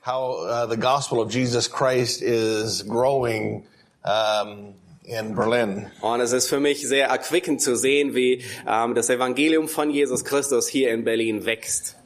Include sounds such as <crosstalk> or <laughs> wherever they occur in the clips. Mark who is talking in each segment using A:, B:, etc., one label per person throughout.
A: how uh, the gospel of Jesus Christ is growing um, in Berlin.
B: Und es ist für mich sehr erquickend zu sehen, wie ähm, das Evangelium von Jesus Christus hier in Berlin wächst.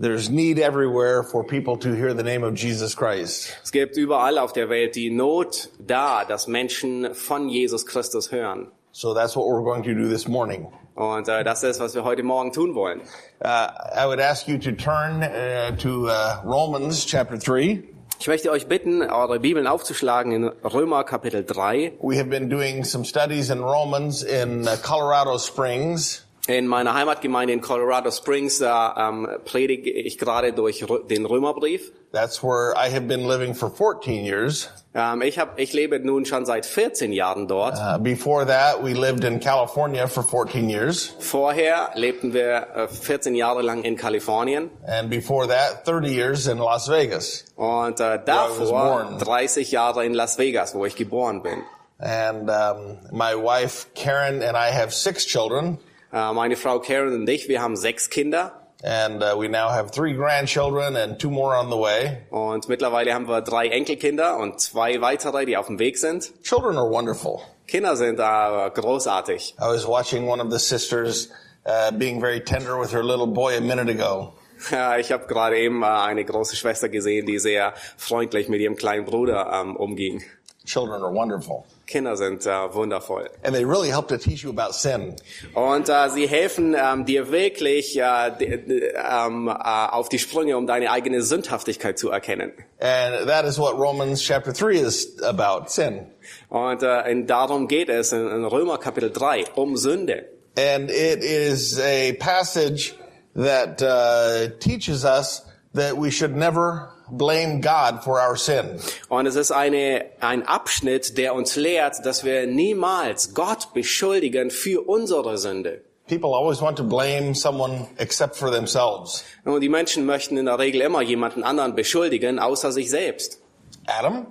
A: There's need everywhere for people to hear the name of Jesus Christ.
B: Es gibt überall auf der Welt die Not da, dass Menschen von Jesus Christus hören.
A: So that's what we're going to do this morning.
B: Und äh, das ist, was wir heute Morgen tun wollen.
A: Uh, I would ask you to turn uh, to uh, Romans chapter 3.
B: Ich möchte euch bitten, eure Bibeln aufzuschlagen in Römer Kapitel 3.
A: We have been doing some studies in Romans in uh, Colorado Springs.
B: In meiner Heimatgemeinde in Colorado Springs da, ähm, predige ich gerade durch Rö den Römerbrief.
A: That's where I have been living for 14 years.
B: Ähm, ich, hab, ich lebe nun schon seit 14 Jahren dort.
A: Uh, before that, we lived in California for 14 years.
B: Vorher lebten wir äh, 14 Jahre lang in Kalifornien
A: And before that, 30 years in Las Vegas.
B: und äh,
A: was
B: davor
A: born.
B: 30 Jahre in Las Vegas, wo ich geboren bin.
A: And um, my wife, Karen, and I have six children.
B: Äh, meine Frau Karen und ich, wir haben sechs Kinder
A: And uh, we now have three grandchildren and two more on the way.
B: und mittlerweile haben wir drei Enkelkinder und zwei weitere, die auf dem Weg sind.
A: Children are wonderful.
B: Kinder sind äh, großartig. <laughs>
A: I was watching one of the sisters uh, being very tender with her little boy a minute ago.
B: Ja, ich habe gerade eben äh, eine große Schwester gesehen, die sehr freundlich mit ihrem kleinen Bruder ähm, umging.
A: Children are wonderful.
B: Kinder sind äh, wundervoll.
A: And they really help to teach you about sin.
B: Und äh, sie helfen ähm, dir wirklich äh, d- d- ähm, äh, auf die Sprünge, um deine eigene Sündhaftigkeit zu erkennen.
A: And that is what Romans chapter 3 is about sin.
B: Und äh, in, darum geht es in, in Römer Kapitel 3, um Sünde.
A: And it is a passage that uh, teaches us that we should never blame God for our sin.
B: Und es ist eine, ein Abschnitt, der uns lehrt, dass wir niemals Gott beschuldigen für unsere Sünde.
A: People always want to blame someone except for themselves.
B: Und die Menschen möchten in der Regel immer jemanden anderen beschuldigen, außer sich selbst.
A: Adam,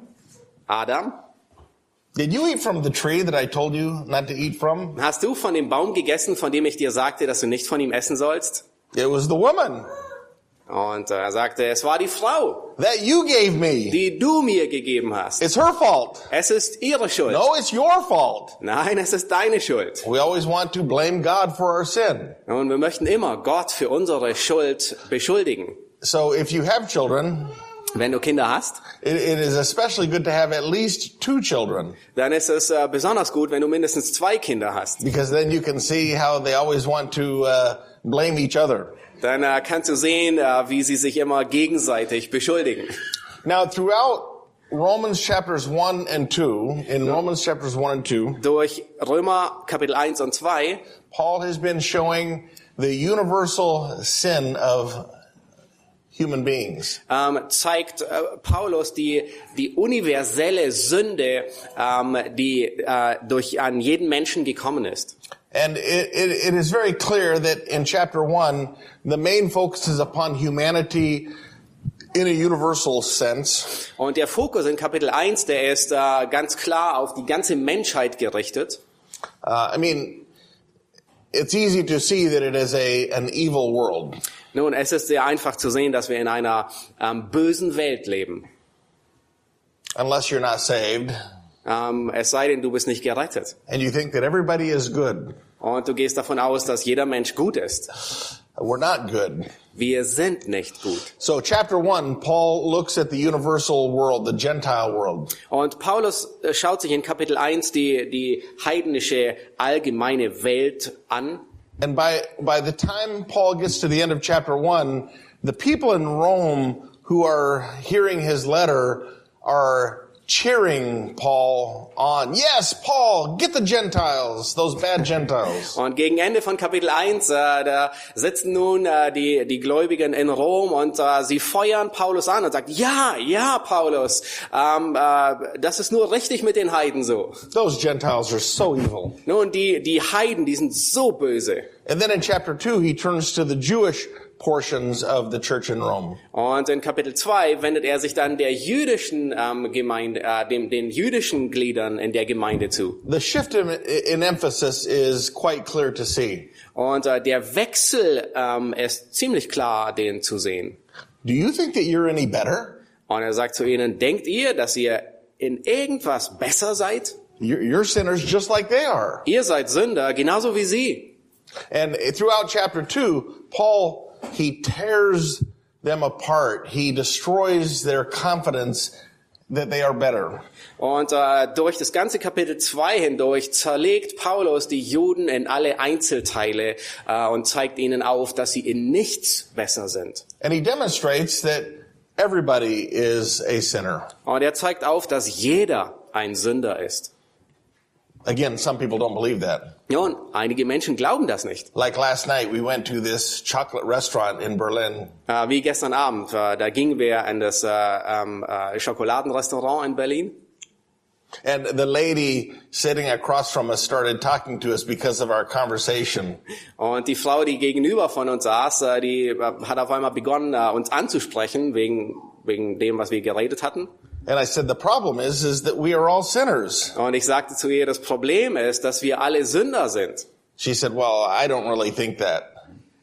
B: Adam,
A: did you eat from the tree that I told you not to eat from?
B: hast du von dem Baum gegessen, von dem ich dir sagte, dass du nicht von ihm essen sollst?
A: It was the woman
B: Und äh, er sagte, es war die Frau,
A: that you gave me.
B: die du mir gegeben hast.
A: It's her fault.
B: Es ist ihre Schuld.
A: No, it's your fault.
B: Nein, es ist deine Schuld.
A: We always want to blame God for our sin.
B: Und wir möchten immer Gott für unsere Schuld beschuldigen.
A: So if you have children,
B: Wenn du Kinder hast,
A: it, it is especially good to have at least two children
B: dann ist es äh, besonders gut, wenn du mindestens zwei Kinder hast.
A: because then you can see how they always want to uh, blame each other.
B: Dann äh, kannst du sehen, äh, wie sie sich immer gegenseitig beschuldigen.
A: Now, throughout Romans chapters 1 and 2, in Romans chapters 1 and 2,
B: Durch Römer Kapitel 1 und 2
A: Paul has been showing the universal sin of human beings.
B: ähm, zeigt äh, Paulus die, die universelle Sünde, ähm, die äh, durch an jeden Menschen gekommen ist.
A: And it, it, it is very clear that in chapter 1, the main focus is upon humanity in a universal sense.
B: Und der Fokus in Kapitel 1, der ist äh, ganz klar auf die ganze Menschheit gerichtet.
A: Uh, I mean, it's easy to see that it is a, an evil world.
B: Nun, es ist sehr einfach zu sehen, dass wir in einer ähm, bösen Welt leben.
A: Unless you're not saved
B: Ähm, es sei denn, du bist nicht gerettet.
A: and you think that everybody is good.
B: Und du gehst davon aus, dass jeder Mensch gut ist.
A: We're not good.
B: Wir sind nicht gut.
A: So chapter 1, Paul looks at the universal world, the Gentile world.
B: Und Paulus äh, schaut sich in Kapitel 1 die, die heidnische allgemeine Welt an.
A: And by, by the time Paul gets to the end of chapter one, the people in Rome who are hearing his letter are cheering Paul on. Yes, Paul, get the Gentiles, those bad Gentiles.
B: Und gegen Ende von Kapitel 1, äh, da sitzen nun äh, die, die Gläubigen in Rom und äh, sie feuern Paulus an und sagen, ja, ja, Paulus, ähm, äh, das ist nur richtig mit den Heiden so.
A: Those Gentiles are so evil.
B: Nun, die, die Heiden, die sind so böse.
A: And then in chapter two, he turns to the Jewish portions of the church in Rome.
B: Und in Kapitel 2 wendet er sich dann der jüdischen ähm, Gemeinde, äh, dem, den jüdischen Gliedern in der Gemeinde zu.
A: The shift in, in emphasis is quite clear to see.
B: Und äh, der Wechsel ähm, ist ziemlich klar, den zu sehen.
A: Do you think that you're any better?
B: Und er sagt zu ihnen, denkt ihr, dass ihr in irgendwas besser seid?
A: You're, you're sinners just like they are.
B: Ihr seid Sünder, genauso wie sie.
A: And throughout chapter two, Paul, he tears them apart. He destroys their confidence that they are better.
B: Und äh, durch das ganze Kapitel 2 hindurch zerlegt Paulus die Juden in alle Einzelteile äh, und zeigt ihnen auf, dass sie in nichts besser sind.
A: And he demonstrates that everybody is a sinner.
B: Und er zeigt auf, dass jeder ein Sünder ist.
A: Again, some people don't believe that.
B: Nun, einige Menschen glauben das nicht.
A: Like last night, we went to this chocolate restaurant in Berlin.
B: Äh, wie gestern Abend, äh, da gingen wir in das äh, ähm, äh, Schokoladenrestaurant in Berlin.
A: And the lady sitting across from us started talking to us because of our conversation.
B: Und die Frau, die gegenüber von uns saß, äh, die äh, hat auf einmal begonnen, äh, uns anzusprechen wegen, wegen dem, was wir geredet hatten.
A: And I said, the problem is, is that we are all sinners.
B: Und ich sagte zu ihr, das Problem ist, dass wir alle Sünder sind.
A: She said, well, I don't really think that.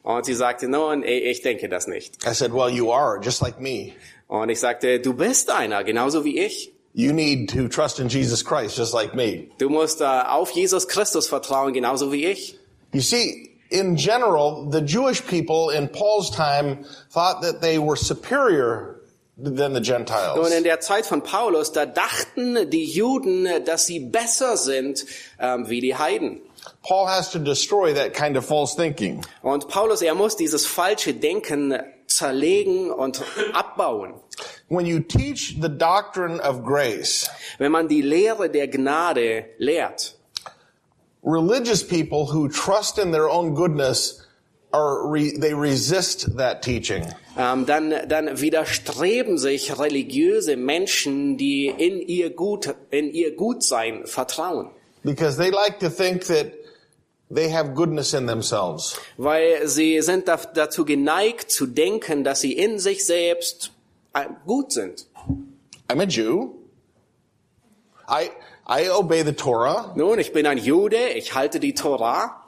B: Und sie sagte, nein, eh, ich denke das nicht.
A: I said, well, you are just like me.
B: Und ich sagte, du bist einer, genauso wie ich.
A: You need to trust in Jesus Christ just like me.
B: Du musst äh, auf Jesus Christus vertrauen, genauso wie ich.
A: You see, in general, the Jewish people in Paul's time thought that they were superior than the
B: Und in
A: Gentiles.
B: der Zeit von Paulus, da dachten die Juden, dass sie besser sind ähm, wie die Heiden.
A: Paul has to destroy that kind of false thinking.
B: Und Paulus, er muss dieses falsche Denken zerlegen und abbauen.
A: When you teach the doctrine of grace,
B: Wenn man die Lehre der Gnade lehrt,
A: religious people who trust in their own goodness are re, they resist that teaching.
B: ähm, dann, dann widerstreben sich religiöse Menschen, die in ihr Gut, in ihr Gutsein vertrauen.
A: because they like to think that they have goodness in themselves.
B: Weil sie sind da, dazu geneigt zu denken, dass sie in sich selbst äh, gut sind.
A: I'm a Jew. I I obey the Torah.
B: Nun, ich bin ein Jude, ich halte die Torah.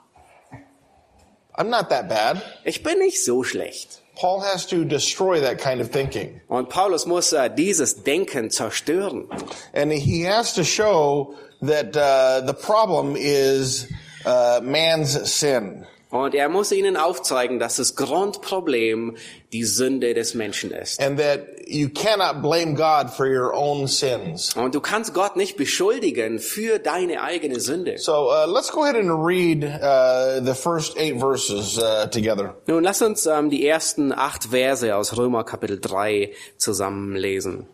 A: I'm not that bad.
B: Ich bin nicht so schlecht.
A: Paul has to destroy that kind of thinking.
B: Und Paulus muss äh, dieses Denken zerstören.
A: And he has to show that uh, the problem is uh, man's sin.
B: Und er muss ihnen aufzeigen, dass das Grundproblem die Sünde des Menschen ist.
A: And that you cannot blame God for your own sins.
B: Und du kannst Gott nicht beschuldigen für deine eigene Sünde.
A: So uh, let's go ahead and read uh, the first eight verses uh, together.
B: Nun lass uns ähm, die ersten acht Verse aus Römer Kapitel 3 zusammenlesen.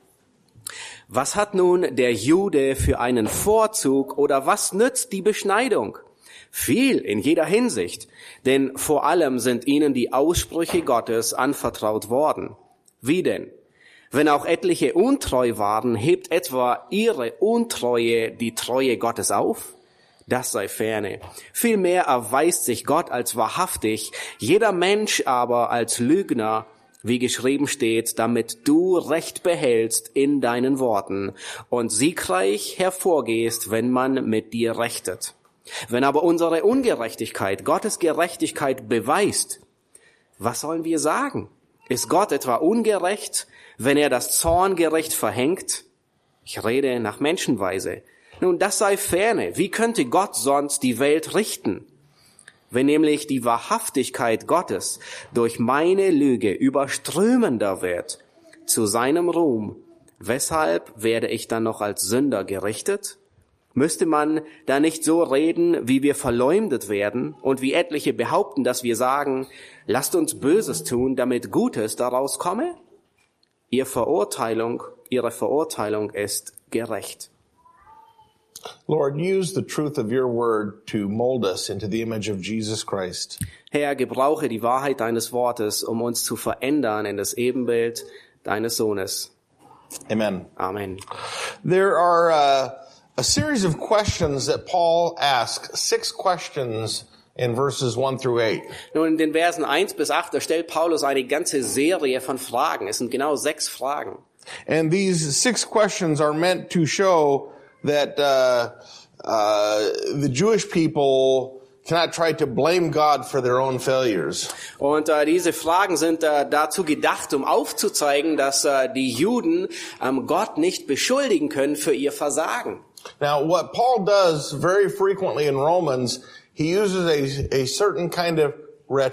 B: Was hat nun der Jude für einen Vorzug oder was nützt die Beschneidung? Viel in jeder Hinsicht, denn vor allem sind ihnen die Aussprüche Gottes anvertraut worden. Wie denn? Wenn auch etliche untreu waren, hebt etwa ihre Untreue die Treue Gottes auf? Das sei ferne. Vielmehr erweist sich Gott als wahrhaftig, jeder Mensch aber als Lügner, wie geschrieben steht, damit du Recht behältst in deinen Worten und siegreich hervorgehst, wenn man mit dir rechtet. Wenn aber unsere Ungerechtigkeit Gottes Gerechtigkeit beweist, was sollen wir sagen? Ist Gott etwa ungerecht, wenn er das Zorngerecht verhängt? Ich rede nach Menschenweise. Nun, das sei ferne. Wie könnte Gott sonst die Welt richten? Wenn nämlich die Wahrhaftigkeit Gottes durch meine Lüge überströmender wird zu seinem Ruhm, weshalb werde ich dann noch als Sünder gerichtet? Müsste man da nicht so reden, wie wir verleumdet werden und wie etliche behaupten, dass wir sagen, lasst uns Böses tun, damit Gutes daraus komme? Ihr Verurteilung, ihre Verurteilung ist gerecht.
A: Lord, use the truth of your word to mold us into the image of Jesus Christ.
B: Herr, gebrauche die Wahrheit deines Wortes, um uns zu verändern in das Ebenbild deines Sohnes.
A: Amen.
B: Amen.
A: There are uh, a series of questions that Paul asks, six questions in verses 1 through 8.
B: Nun, in den Versen 1 bis 8, da stellt Paulus eine ganze Serie von Fragen. Es sind genau sechs Fragen.
A: And these six questions are meant to show that uh, uh, the Jewish people cannot try to blame God for their own failures.
B: Und äh, diese Fragen sind äh, dazu gedacht, um aufzuzeigen, dass äh, die Juden ähm, Gott nicht beschuldigen können für ihr Versagen.
A: Now, what Paul does very frequently in Romans, he uses a, a certain kind of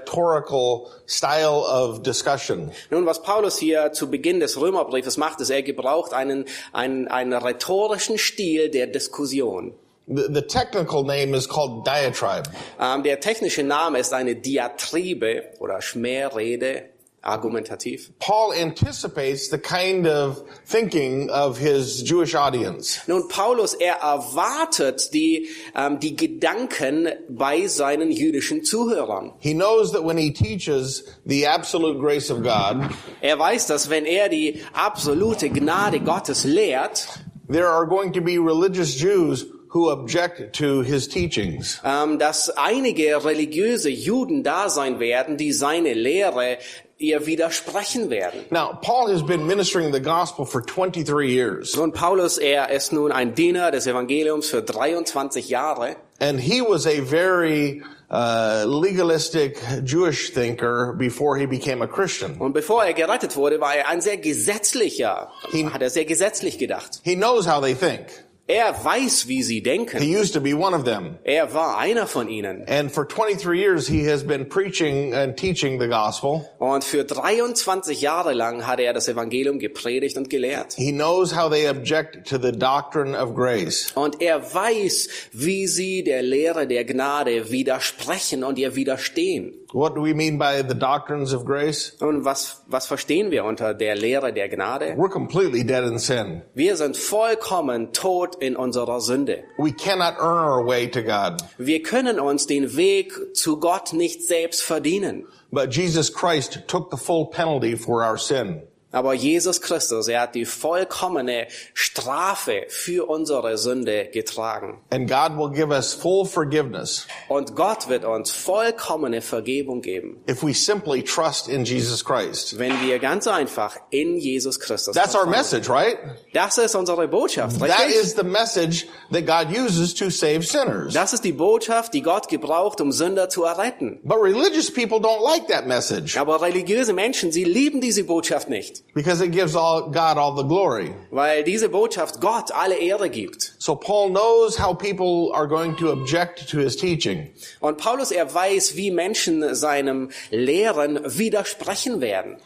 A: rhetorical style of discussion.
B: Nun, was Paulus hier zu Beginn des Römerbriefes macht, ist, er gebraucht einen, einen, einen rhetorischen Stil der Diskussion.
A: The, the technical name is called diatribe.
B: Ähm, der technische Name ist eine Diatribe oder Schmährede, argumentativ.
A: Paul anticipates the kind of thinking of his Jewish audience.
B: Nun, Paulus, er erwartet die, ähm, die Gedanken bei seinen jüdischen Zuhörern.
A: He knows that when he teaches the absolute grace of God,
B: Er weiß, dass wenn er die absolute Gnade Gottes lehrt,
A: there are going to be religious Jews who object to his teachings.
B: ähm, dass einige religiöse Juden da sein werden, die seine Lehre ihr widersprechen werden.
A: Now, Paul has been ministering the gospel for 23 years,
B: Nun, Paulus, er ist nun ein Diener des Evangeliums für 23 Jahre.
A: and he was a very uh, legalistic Jewish thinker before he became a Christian.
B: Und bevor er gerettet wurde, war er ein sehr gesetzlicher,
A: Hin-
B: hat er sehr gesetzlich gedacht.
A: He knows how they think.
B: Er weiß, wie sie denken.
A: He used to be one of them.
B: Er war einer von ihnen.
A: And for 23 years, he has been preaching and teaching the gospel.
B: Und für 23 Jahre lang hat er das Evangelium gepredigt und gelehrt.
A: He knows how they object to the doctrine of grace.
B: Und er weiß, wie sie der Lehre der Gnade widersprechen und ihr widerstehen.
A: What do we mean by the doctrines of grace?
B: Und was, was verstehen wir unter der Lehre der Gnade?
A: We're completely dead in sin.
B: Wir sind vollkommen tot in unserer Sünde.
A: We cannot earn our way to God.
B: Wir können uns den Weg zu Gott nicht selbst verdienen.
A: But Jesus Christ took the full penalty for our sin.
B: Aber Jesus Christus, er hat die vollkommene Strafe für unsere Sünde getragen.
A: And God will give us full forgiveness
B: Und Gott wird uns vollkommene Vergebung geben,
A: if we simply trust in Jesus Christ.
B: wenn wir ganz einfach in Jesus Christus.
A: That's our
B: vertrauen.
A: message, right?
B: Das ist unsere Botschaft.
A: That
B: Richtig?
A: is the message that God uses to save sinners.
B: Das ist die Botschaft, die Gott gebraucht, um Sünder zu erretten.
A: But religious people don't like that message
B: Aber religiöse Menschen, sie lieben diese Botschaft nicht,
A: because it gives all, God all the glory.
B: weil diese Botschaft Gott alle Ehre gibt.
A: So Paul knows how people are going to object to his teaching.
B: Und Paulus, er weiß, wie Menschen seinem Lehren widersprechen werden.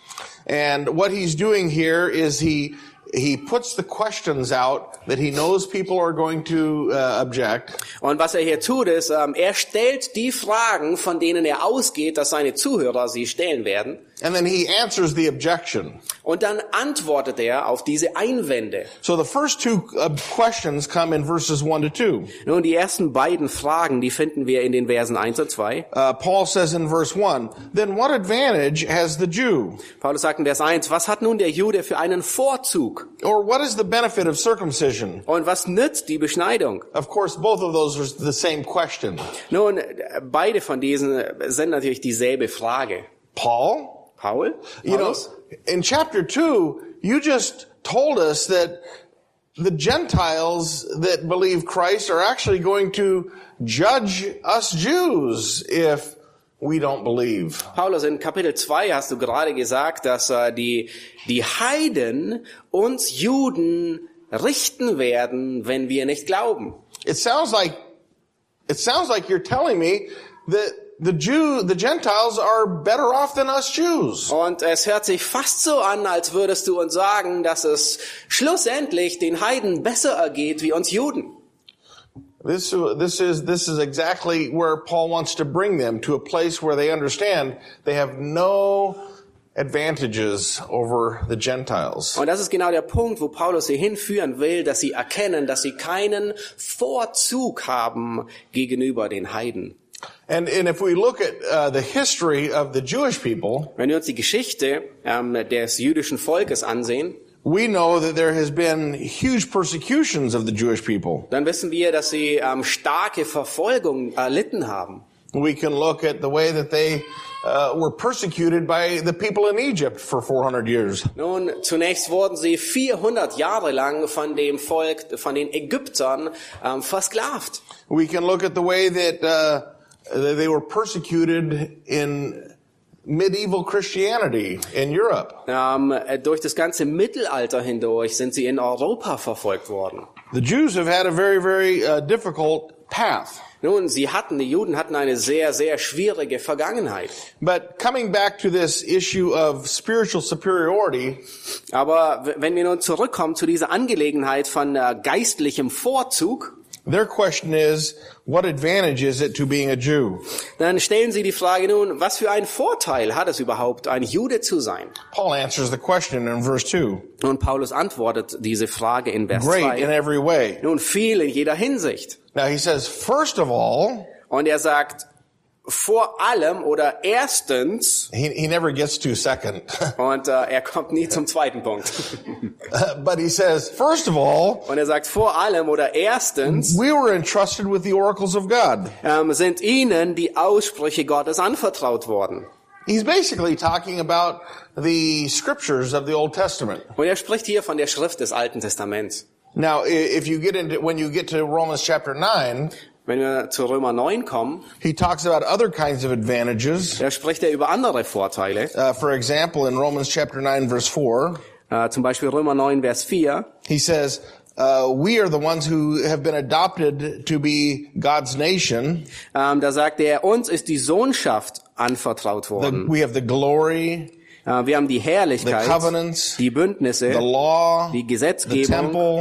A: And what he's doing here is he he puts the questions out that he knows people are going to uh, object.
B: Und was er hier tut, ist, ähm, er stellt die Fragen, von denen er ausgeht, dass seine Zuhörer sie stellen werden.
A: And then he answers the objection.
B: Und dann antwortet er auf diese Einwände.
A: So the first two uh, questions come in verses 1 to 2.
B: Nun, die ersten beiden Fragen, die finden wir in den Versen 1 und 2.
A: Uh, Paul says in verse 1, Then what advantage has the Jew?
B: Paulus sagt in Vers 1, was hat nun der Jude für einen Vorzug?
A: Or what is the benefit of circumcision?
B: Und was nützt die Beschneidung?
A: Of course, both of those are the same question.
B: Nun, äh, beide von diesen äh, sind natürlich dieselbe Frage.
A: Paul,
B: Paul?
A: You know,
B: Paulus?
A: in chapter two, you just told us that the Gentiles that believe Christ are actually going to judge us Jews if we don't believe.
B: Paulus, in Kapitel 2 hast du gerade gesagt, dass äh, die, die Heiden uns Juden richten werden, wenn wir nicht glauben.
A: It sounds like, it sounds like you're telling me that the Jew, the Gentiles are better off than us Jews.
B: Und es hört sich fast so an, als würdest du uns sagen, dass es schlussendlich den Heiden besser ergeht wie uns Juden.
A: This, this is, this is exactly where Paul wants to bring them to a place where they understand they have no advantages over the Gentiles.
B: Und das ist genau der Punkt, wo Paulus sie hinführen will, dass sie erkennen, dass sie keinen Vorzug haben gegenüber den Heiden.
A: And, and if we look at uh, the history of the Jewish people,
B: Wenn wir uns die Geschichte ähm, des jüdischen Volkes ansehen,
A: we know that there has been huge persecutions of the Jewish people.
B: dann wissen wir, dass sie ähm, starke Verfolgung erlitten haben.
A: We can look at the way that they uh, were persecuted by the people in Egypt for 400 years.
B: Nun, zunächst wurden sie 400 Jahre lang von dem Volk, von den Ägyptern ähm, versklavt.
A: We can look at the way that uh, They they were persecuted in medieval Christianity in Europe.
B: Ähm, äh, durch das ganze Mittelalter hindurch sind sie in Europa verfolgt worden.
A: The Jews have had a very, very uh, difficult path.
B: Nun, sie hatten, die Juden hatten eine sehr, sehr schwierige Vergangenheit.
A: But coming back to this issue of spiritual superiority,
B: Aber w- wenn wir nun zurückkommen zu dieser Angelegenheit von äh, geistlichem Vorzug,
A: their question is, what advantage is it to being a Jew?
B: dann stellen sie die Frage nun, was für einen Vorteil hat es überhaupt, ein Jude zu sein?
A: Paul answers the question in verse 2.
B: Nun, Paulus antwortet diese Frage in Vers
A: Great in
B: 2.
A: every way.
B: Nun, viel in jeder Hinsicht.
A: Now he says, first of all,
B: Und er sagt, vor allem oder erstens,
A: he, he never gets to second, <laughs>
B: und äh, er kommt nie zum zweiten Punkt.
A: but he says, first of all,
B: Und er sagt, vor allem oder erstens
A: we were entrusted with the oracles of God.
B: ähm, sind ihnen die Aussprüche Gottes anvertraut worden.
A: He's basically talking about the scriptures of the Old Testament.
B: Und er spricht hier von der Schrift des Alten Testaments.
A: Now, i- if you get into, when you get to Romans chapter 9,
B: Wenn wir zu Römer 9 kommen,
A: he talks about other kinds of advantages.
B: da spricht er über andere Vorteile.
A: Uh, for example, in Romans chapter 9 verse 4,
B: Äh, zum Beispiel Römer 9, Vers 4.
A: he says, uh, we are the ones who have been adopted to be God's nation.
B: Ähm, da sagt er, uns ist die Sohnschaft anvertraut worden.
A: We have the glory,
B: Äh, wir haben die
A: the
B: Herrlichkeit,
A: covenants,
B: die Bündnisse,
A: the law,
B: die
A: the temple,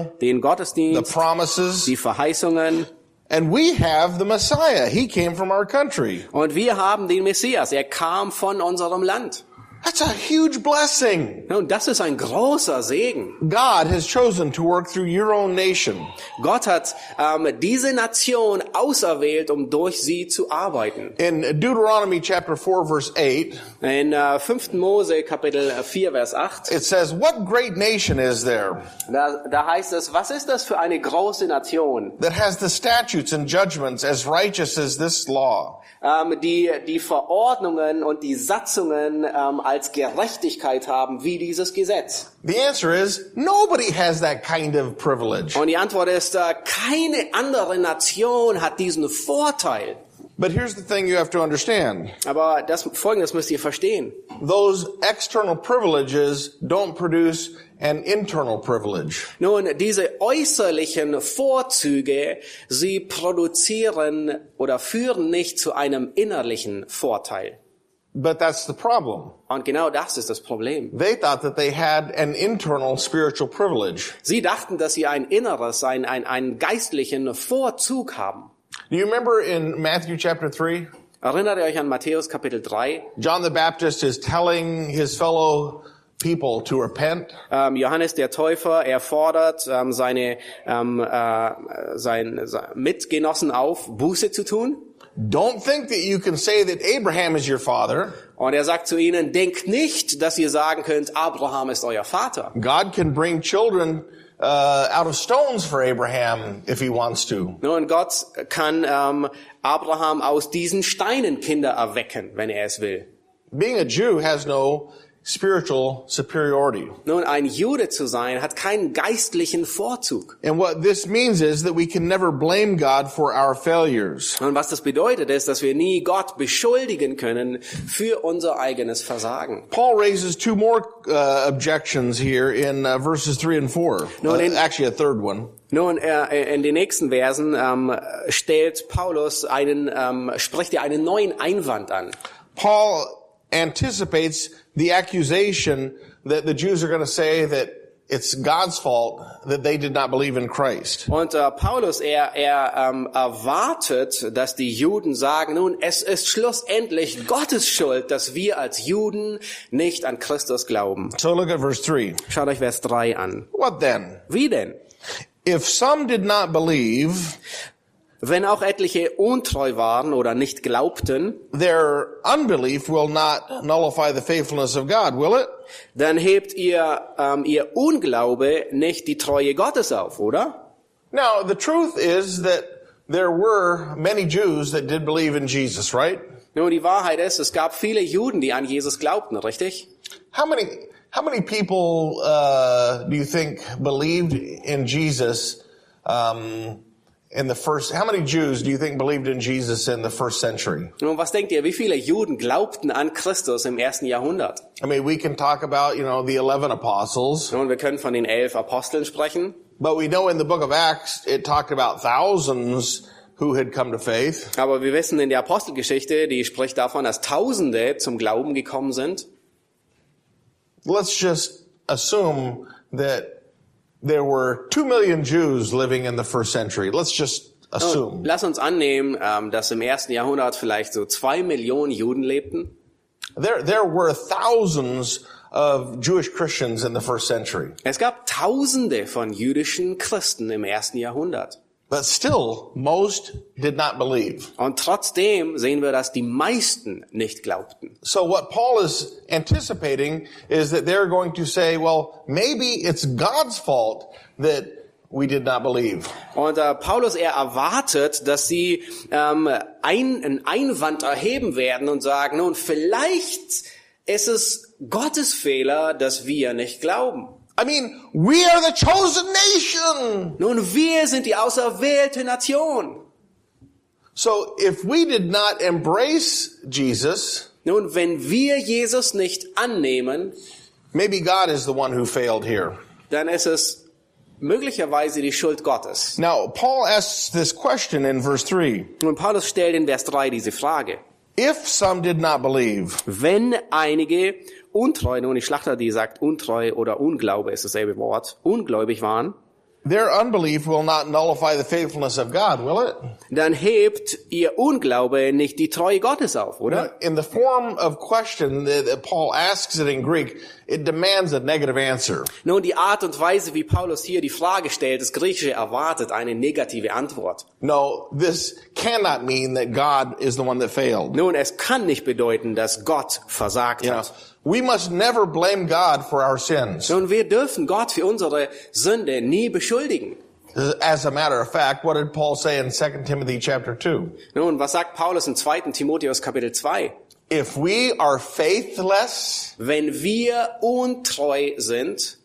B: Gesetzgebung, den
A: the
B: Gottesdienst,
A: promises,
B: die Verheißungen.
A: and we have the Messiah. He came from our country.
B: Und wir haben den Messias. Er kam von unserem Land.
A: That's a huge blessing.
B: Nun, das ist ein großer Segen.
A: God has chosen to work through your own nation.
B: Gott hat ähm, diese Nation auserwählt, um durch sie zu arbeiten.
A: In Deuteronomy chapter 4 verse 8,
B: In äh, 5. Mose Kapitel 4, Vers 8,
A: it says, what great nation is there
B: da, da heißt es, was ist das für eine große Nation,
A: that has the statutes and judgments as righteous as this law?
B: ähm, die die Verordnungen und die Satzungen ähm, als Gerechtigkeit haben, wie dieses Gesetz?
A: The answer is nobody has that kind of privilege.
B: Und die Antwort ist, äh, keine andere Nation hat diesen Vorteil.
A: But here's the thing you have to understand.
B: Aber das, Folgendes müsst ihr verstehen.
A: Those external privileges don't produce an internal privilege.
B: Nun, diese äußerlichen Vorzüge, sie produzieren oder führen nicht zu einem innerlichen Vorteil.
A: But that's the problem.
B: Und genau das ist das Problem.
A: They thought that they had an internal spiritual privilege.
B: Sie dachten, dass sie ein inneres, ein, ein, einen geistlichen Vorzug haben.
A: Do you remember in Matthew chapter 3?
B: Erinnert ihr euch an Matthäus Kapitel 3?
A: John the Baptist is telling his fellow people to repent.
B: Ähm, Johannes der Täufer, er fordert ähm, seine ähm, äh, sein, sein Mitgenossen auf, Buße zu tun.
A: Don't think that you can say that Abraham is your father.
B: Und er sagt zu ihnen, denkt nicht, dass ihr sagen könnt, Abraham ist euer Vater.
A: God can bring children uh, out of stones for Abraham if he wants to.
B: Nun, Gott kann ähm, Abraham aus diesen Steinen Kinder erwecken, wenn er es will.
A: Being a Jew has no spiritual superiority.
B: Nun, ein Jude zu sein, hat keinen geistlichen Vorzug.
A: And what this means is that we can never blame God for our failures.
B: Und was das bedeutet, ist, dass wir nie Gott beschuldigen können für unser eigenes Versagen.
A: Paul raises two more uh, objections here in uh, verses 3 and 4.
B: No,
A: Uh,
B: then-
A: actually, a third one.
B: Nun, äh, in den nächsten Versen ähm, stellt Paulus einen, ähm, spricht er einen neuen Einwand an.
A: Paul anticipates the accusation that the Jews are going to say that it's God's fault that they did not believe in Christ.
B: Und äh, Paulus, er, er ähm, erwartet, dass die Juden sagen, nun, es ist schlussendlich Gottes Schuld, dass wir als Juden nicht an Christus glauben.
A: So look at verse 3.
B: Schaut euch Vers 3 an.
A: What then?
B: Wie denn?
A: If some did not believe,
B: Wenn auch etliche untreu waren oder nicht glaubten,
A: their unbelief will not nullify the faithfulness of God, will it?
B: dann hebt ihr ähm, ihr Unglaube nicht die Treue Gottes auf, oder?
A: Now, the truth is that there were many Jews that did believe in Jesus, right?
B: Nun, die Wahrheit ist, es gab viele Juden, die an Jesus glaubten, richtig?
A: How many, how many people, uh, do you think believed in Jesus, um, in the first, how many Jews do you think believed in Jesus in the first century?
B: Nun, was denkt ihr, wie viele Juden glaubten an Christus im ersten Jahrhundert?
A: I mean, we can talk about, you know, the 11 apostles,
B: Nun, wir können von den elf Aposteln sprechen.
A: but we know in the book of Acts, it talked about thousands who had come to faith.
B: Aber wir wissen in der Apostelgeschichte, die spricht davon, dass Tausende zum Glauben gekommen sind.
A: Let's just assume that there were 2 million Jews living in the first century. Let's just assume.
B: Lass uns annehmen, ähm, dass im ersten Jahrhundert vielleicht so zwei Millionen Juden lebten.
A: There, there were thousands of Jewish Christians in the first century,
B: Es gab Tausende von jüdischen Christen im ersten Jahrhundert.
A: but still most did not believe.
B: Und trotzdem sehen wir, dass die meisten nicht glaubten.
A: So what Paul is anticipating is that they're going to say, well, maybe it's God's fault that we did not believe.
B: Und äh, Paulus, er erwartet, dass sie ähm, ein, einen Einwand erheben werden und sagen, nun, vielleicht ist es Gottes Fehler, dass wir nicht glauben.
A: I mean, we are the chosen nation.
B: Nun, wir sind die auserwählte Nation.
A: So if we did not embrace Jesus,
B: Nun, wenn wir Jesus nicht annehmen,
A: maybe God is the one who failed here.
B: dann ist es möglicherweise die Schuld Gottes.
A: Now, Paul asks this question in verse 3.
B: Nun, Paulus stellt in Vers 3 diese Frage.
A: If some did not believe,
B: Wenn einige untreu, nun die Schlachter, die sagt untreu oder Unglaube ist dasselbe Wort, ungläubig waren,
A: Their unbelief will not nullify the faithfulness of God, will it?
B: dann hebt ihr Unglaube nicht die Treue Gottes auf, oder?
A: In the form of question that that Paul asks it in Greek, it demands a negative answer.
B: Nun, die Art und Weise, wie Paulus hier die Frage stellt, das Griechische erwartet eine negative Antwort.
A: No, this cannot mean that God is the one that failed.
B: Nun, es kann nicht bedeuten, dass Gott versagt
A: You know,
B: hat.
A: we must never blame God for our sins.
B: Nun, wir dürfen Gott für unsere Sünde nie beschuldigen.
A: As a matter of fact, what did Paul say in 2 Timothy chapter 2?
B: Nun, was sagt Paulus im 2. Timotheus Kapitel 2?
A: If we are faithless,
B: Wenn wir untreu sind,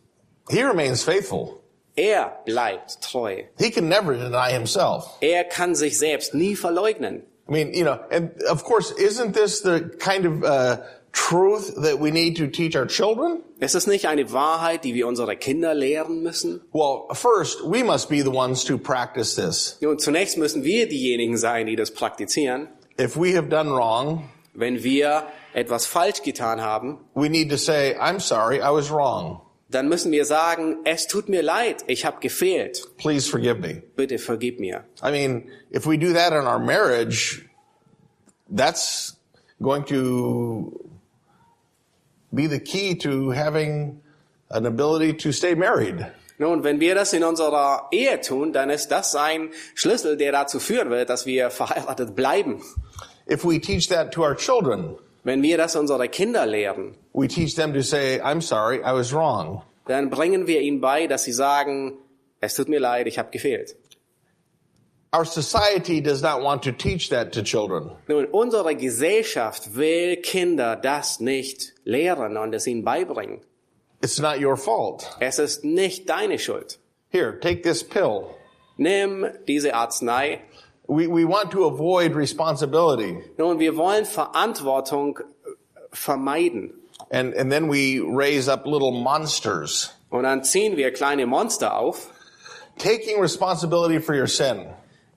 A: he remains faithful.
B: er bleibt treu.
A: He can never deny himself.
B: Er kann sich selbst nie verleugnen.
A: I mean, you know, and of course, isn't this the kind of uh, truth that we need to teach our children?
B: Ist es nicht eine Wahrheit, die wir unsere Kinder lehren müssen?
A: Well, first, we must be the ones to practice this.
B: Nun, zunächst müssen wir diejenigen sein, die das praktizieren.
A: If we have done wrong,
B: Wenn wir etwas falsch getan haben,
A: we need to say, I'm sorry, I was wrong.
B: dann müssen wir sagen, es tut mir leid, ich habe gefehlt,
A: Please forgive me.
B: bitte vergib mir.
A: I mean, if we do that in our marriage, that's going to be the key to having an ability to stay married.
B: Nun, wenn wir das in unserer Ehe tun, dann ist das ein Schlüssel, der dazu führen wird, dass wir verheiratet bleiben.
A: If we teach that to our children,
B: Wenn wir das unsere Kinder lehren,
A: we teach them to say, I'm sorry, I was wrong.
B: dann bringen wir ihnen bei, dass sie sagen, es tut mir leid, ich habe gefehlt.
A: Our society does not want to teach that to children.
B: Nun, unsere Gesellschaft will Kinder das nicht lehren und es ihnen beibringen.
A: It's not your fault.
B: Es ist nicht deine Schuld.
A: Here, take this pill.
B: Nimm diese Arznei.
A: We, we want to avoid responsibility.
B: Nun, wir wollen Verantwortung äh, vermeiden.
A: And, and then we raise up little monsters.
B: Und dann ziehen wir kleine Monster auf.
A: Taking responsibility for your sin.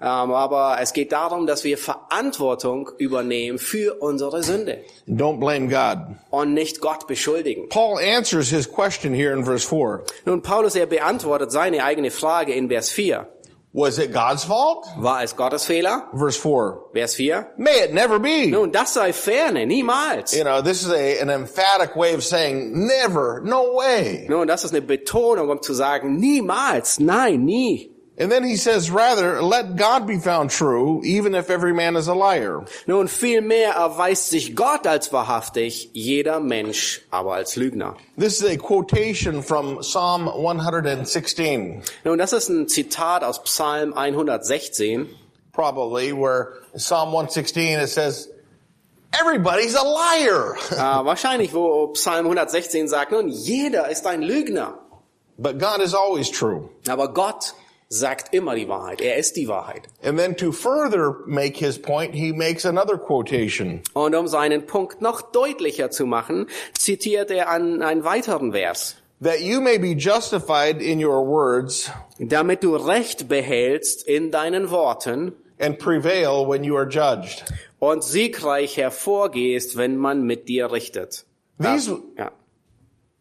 B: Ähm, aber es geht darum, dass wir Verantwortung übernehmen für unsere Sünde
A: Don't blame God.
B: und nicht Gott beschuldigen.
A: Paul answers his question here in verse 4.
B: Nun, Paulus, er beantwortet seine eigene Frage in Vers 4.
A: Was it God's fault?
B: War es Gottes Fehler?
A: Verse 4.
B: Vers 4.
A: May it never be.
B: Nun, das sei ferne, niemals.
A: You know, this is a, an emphatic way of saying never, no way.
B: Nun, das ist eine Betonung, um zu sagen, niemals, nein, nie.
A: And then he says, rather, let God be found true, even if every man is a liar.
B: Nun, vielmehr erweist sich Gott als wahrhaftig, jeder Mensch aber als Lügner.
A: This is a quotation from Psalm 116,
B: Nun, das ist ein Zitat aus Psalm 116.
A: probably, where Psalm 116, it says, everybody's a liar. <laughs>
B: Äh, wahrscheinlich, wo Psalm 116 sagt, nun, jeder ist ein Lügner.
A: but God is always true.
B: Aber Gott sagt immer die Wahrheit. Er ist die Wahrheit.
A: And then to further make his point, he makes another quotation.
B: Und um seinen Punkt noch deutlicher zu machen, zitiert er an einen weiteren Vers.
A: That you may be justified in your words
B: Damit du Recht behältst in deinen Worten
A: and prevail when you are judged.
B: und siegreich hervorgehst, wenn man mit dir richtet.
A: These,
B: Ja.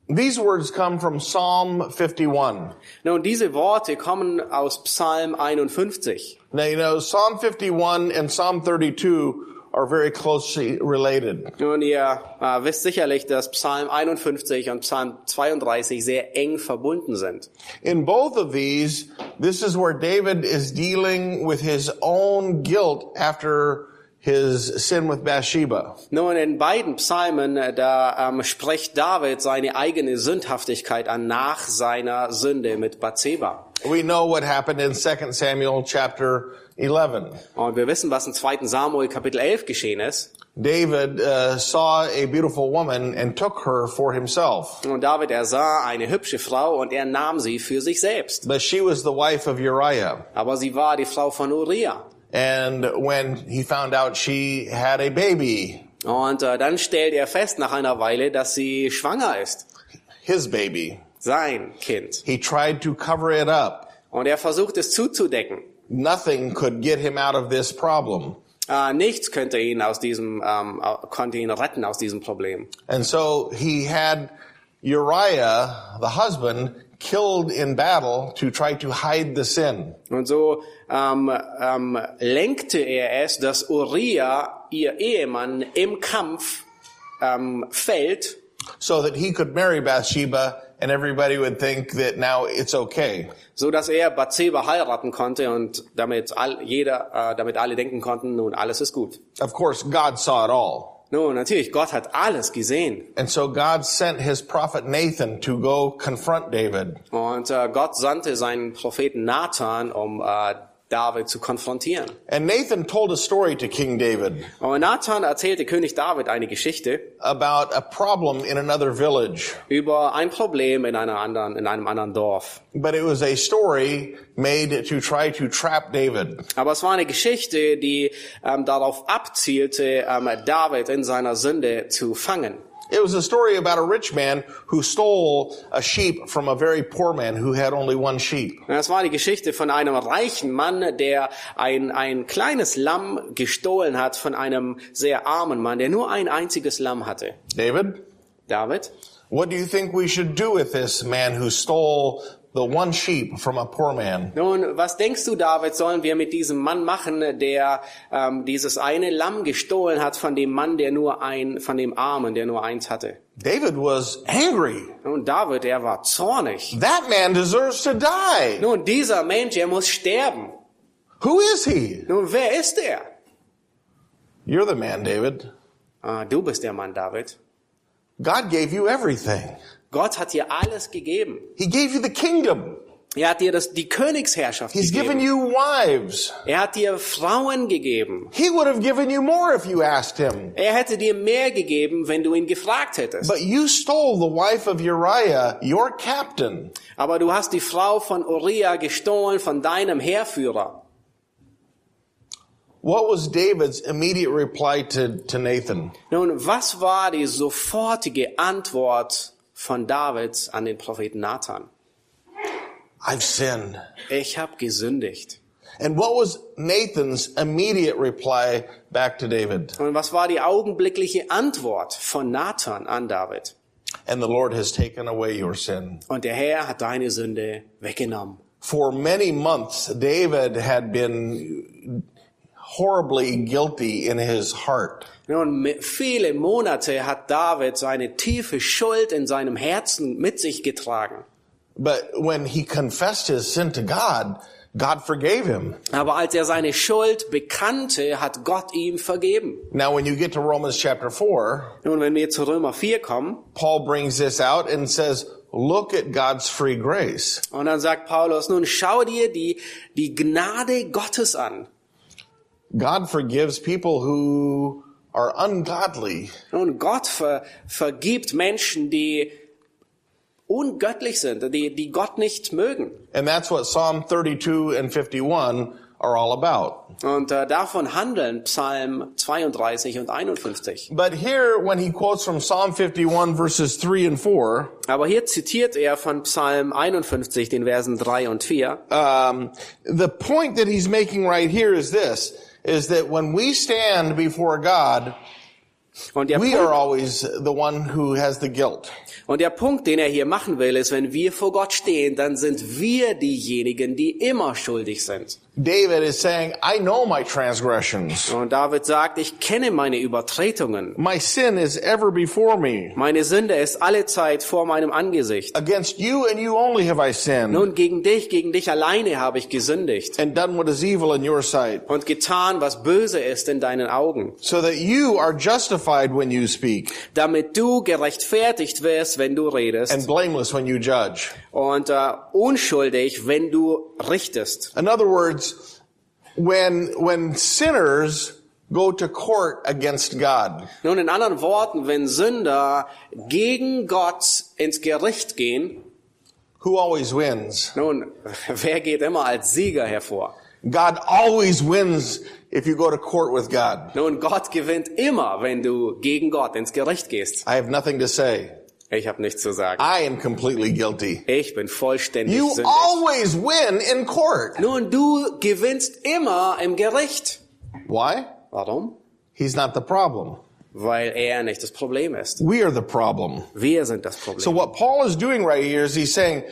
A: these words come from Psalm 51.
B: Nun, diese Worte kommen aus Psalm 51.
A: Now, you know, Psalm 51 and Psalm 32 are very closely related.
B: Nun, ihr äh, wisst sicherlich, dass Psalm 51 und Psalm 32 sehr eng verbunden sind.
A: In both of these, this is where David is dealing with his own guilt after his sin with Bathsheba.
B: Nun, in beiden Psalmen, äh, da ähm, spricht David seine eigene Sündhaftigkeit an nach seiner Sünde mit Bathseba.
A: We know what happened in 2 Samuel chapter 11.
B: Und wir wissen, was im 2. Samuel Kapitel 11 geschehen ist.
A: David uh, saw a beautiful woman and took her for himself,
B: Und David, er sah eine hübsche Frau und er nahm sie für sich selbst.
A: but she was the wife of Uriah.
B: Aber sie war die Frau von Uriah.
A: And when he found out she had a baby,
B: Und äh, dann stellt er fest nach einer Weile, dass sie schwanger ist.
A: his baby,
B: Sein Kind.
A: he tried to cover it up.
B: Und er versucht es zuzudecken.
A: Nothing could get him out of this problem.
B: Äh, nichts könnte ihn aus diesem, ähm, au- konnte ihn retten aus diesem Problem.
A: And so he had Uriah, the husband, killed in battle to try to hide the sin.
B: Und so ähm, ähm, lenkte er es, dass Uriah, ihr Ehemann, im Kampf ähm, fällt,
A: so that he could marry Bathsheba and everybody would think that now it's okay.
B: so dass er Bathseba heiraten konnte und damit all, jeder, äh, damit alle denken konnten, nun alles ist gut.
A: Of course, God saw it all.
B: Nun, natürlich, Gott hat alles gesehen.
A: And so God sent his prophet Nathan to go confront David.
B: Und äh, Gott sandte seinen Propheten Nathan, um äh, David zu konfrontieren.
A: And Nathan told a story to King David
B: Und Nathan erzählte König David eine Geschichte
A: about a problem in another village.
B: über ein Problem in, einer anderen, in einem anderen Dorf.
A: But it was a story made to try to trap David.
B: Aber es war eine Geschichte, die ähm, darauf abzielte, ähm, David in seiner Sünde zu fangen.
A: It was a story about a rich man who stole a sheep from a very poor man who had only one sheep.
B: Und Es war die Geschichte von einem reichen Mann, der ein, ein kleines Lamm gestohlen hat von einem sehr armen Mann, der nur ein einziges Lamm hatte.
A: David,
B: David?
A: What do you think we should do with this man who stole the one sheep from a poor man?
B: Nun, was denkst du, David, sollen wir mit diesem Mann machen, der ähm, dieses eine Lamm gestohlen hat von dem Mann, der nur ein, von dem Armen, der nur eins hatte?
A: David was angry.
B: Nun, David, er war zornig.
A: That man deserves to die.
B: Nun, dieser Mensch, er muss sterben.
A: Who is he?
B: Nun, wer ist er?
A: You're the man, David.
B: Ah, du bist der Mann, David.
A: God gave you everything.
B: Gott hat dir alles gegeben.
A: He gave you the kingdom.
B: Er hat dir das, die Königsherrschaft
A: He's given
B: gegeben.
A: you wives.
B: Er hat dir Frauen gegeben.
A: He would have given you more if you asked him.
B: Er hätte dir mehr gegeben, wenn du ihn gefragt hättest.
A: But you stole the wife of Uriah, your captain.
B: Aber du hast die Frau von Uriah gestohlen von deinem Heerführer.
A: What was David's immediate reply to, to Nathan?
B: Nun, was war die sofortige Antwort von David an den Propheten Nathan?
A: I've sinned.
B: Ich habe gesündigt.
A: And what was Nathan's immediate reply back to David?
B: Und was war die augenblickliche Antwort von Nathan an David?
A: And the Lord has taken away your sin.
B: Und der Herr hat deine Sünde weggenommen.
A: For many months, David had been horribly guilty in his heart.
B: Nun, mi- viele Monate hat David seine tiefe Schuld in seinem Herzen mit sich getragen.
A: But when he confessed his sin to God, God forgave him.
B: Aber als er seine Schuld bekannte, hat Gott ihm vergeben.
A: Now, when you get to Romans chapter 4,
B: Nun, wenn wir zu Römer 4 kommen,
A: Paul brings this out and says, Look at God's free grace.
B: und dann sagt Paulus, nun schau dir die, die Gnade Gottes an.
A: God forgives people who are ungodly.
B: Nun, Gott ver, vergibt Menschen, die ungöttlich sind, die, die Gott nicht mögen.
A: And that's what Psalm 32 and 51 are all about.
B: Und äh, davon handeln Psalm 32 und 51.
A: But here, when he quotes from Psalm 51 verses 3 and 4,
B: Aber hier zitiert er von Psalm 51, den Versen 3 und 4.
A: um, the point that he's making right here is this, is that when we stand before God,
B: Und der,
A: we are
B: Punkt,
A: always the one who has the guilt.
B: und der Punkt, den er hier machen will, ist, wenn wir vor Gott stehen, dann sind wir diejenigen, die immer schuldig sind.
A: David is saying, I know my transgressions.
B: Und David sagt, ich kenne meine Übertretungen.
A: My sin is ever before me.
B: Meine Sünde ist alle Zeit vor meinem Angesicht.
A: Against you and you only have I sinned
B: Nun gegen dich, gegen dich alleine habe ich gesündigt
A: and done what is evil in your sight,
B: und getan, was böse ist in deinen Augen,
A: so that you are justified when you speak
B: damit du gerechtfertigt wirst, wenn du
A: and
B: redest
A: blameless when you judge.
B: und äh, unschuldig, wenn du richtest.
A: In other words, when, when sinners go to court against God,
B: Nun in anderen Worten, wenn Sünder gegen Gott ins Gericht gehen,
A: who always wins?
B: nun, <laughs> wer geht immer als Sieger hervor?
A: God always wins if you go to court with God.
B: Nun, Gott gewinnt immer, wenn du gegen Gott ins Gericht gehst.
A: I have nothing to say.
B: Ich habe nichts zu sagen.
A: I am completely guilty.
B: Ich bin vollständig
A: You
B: sündig.
A: always win in court.
B: Nun, du gewinnst immer im Gericht.
A: Why?
B: Warum?
A: He's not the problem.
B: Weil er nicht das Problem ist.
A: We are the problem.
B: Wir sind das Problem.
A: So what Paul is doing right here is he's saying,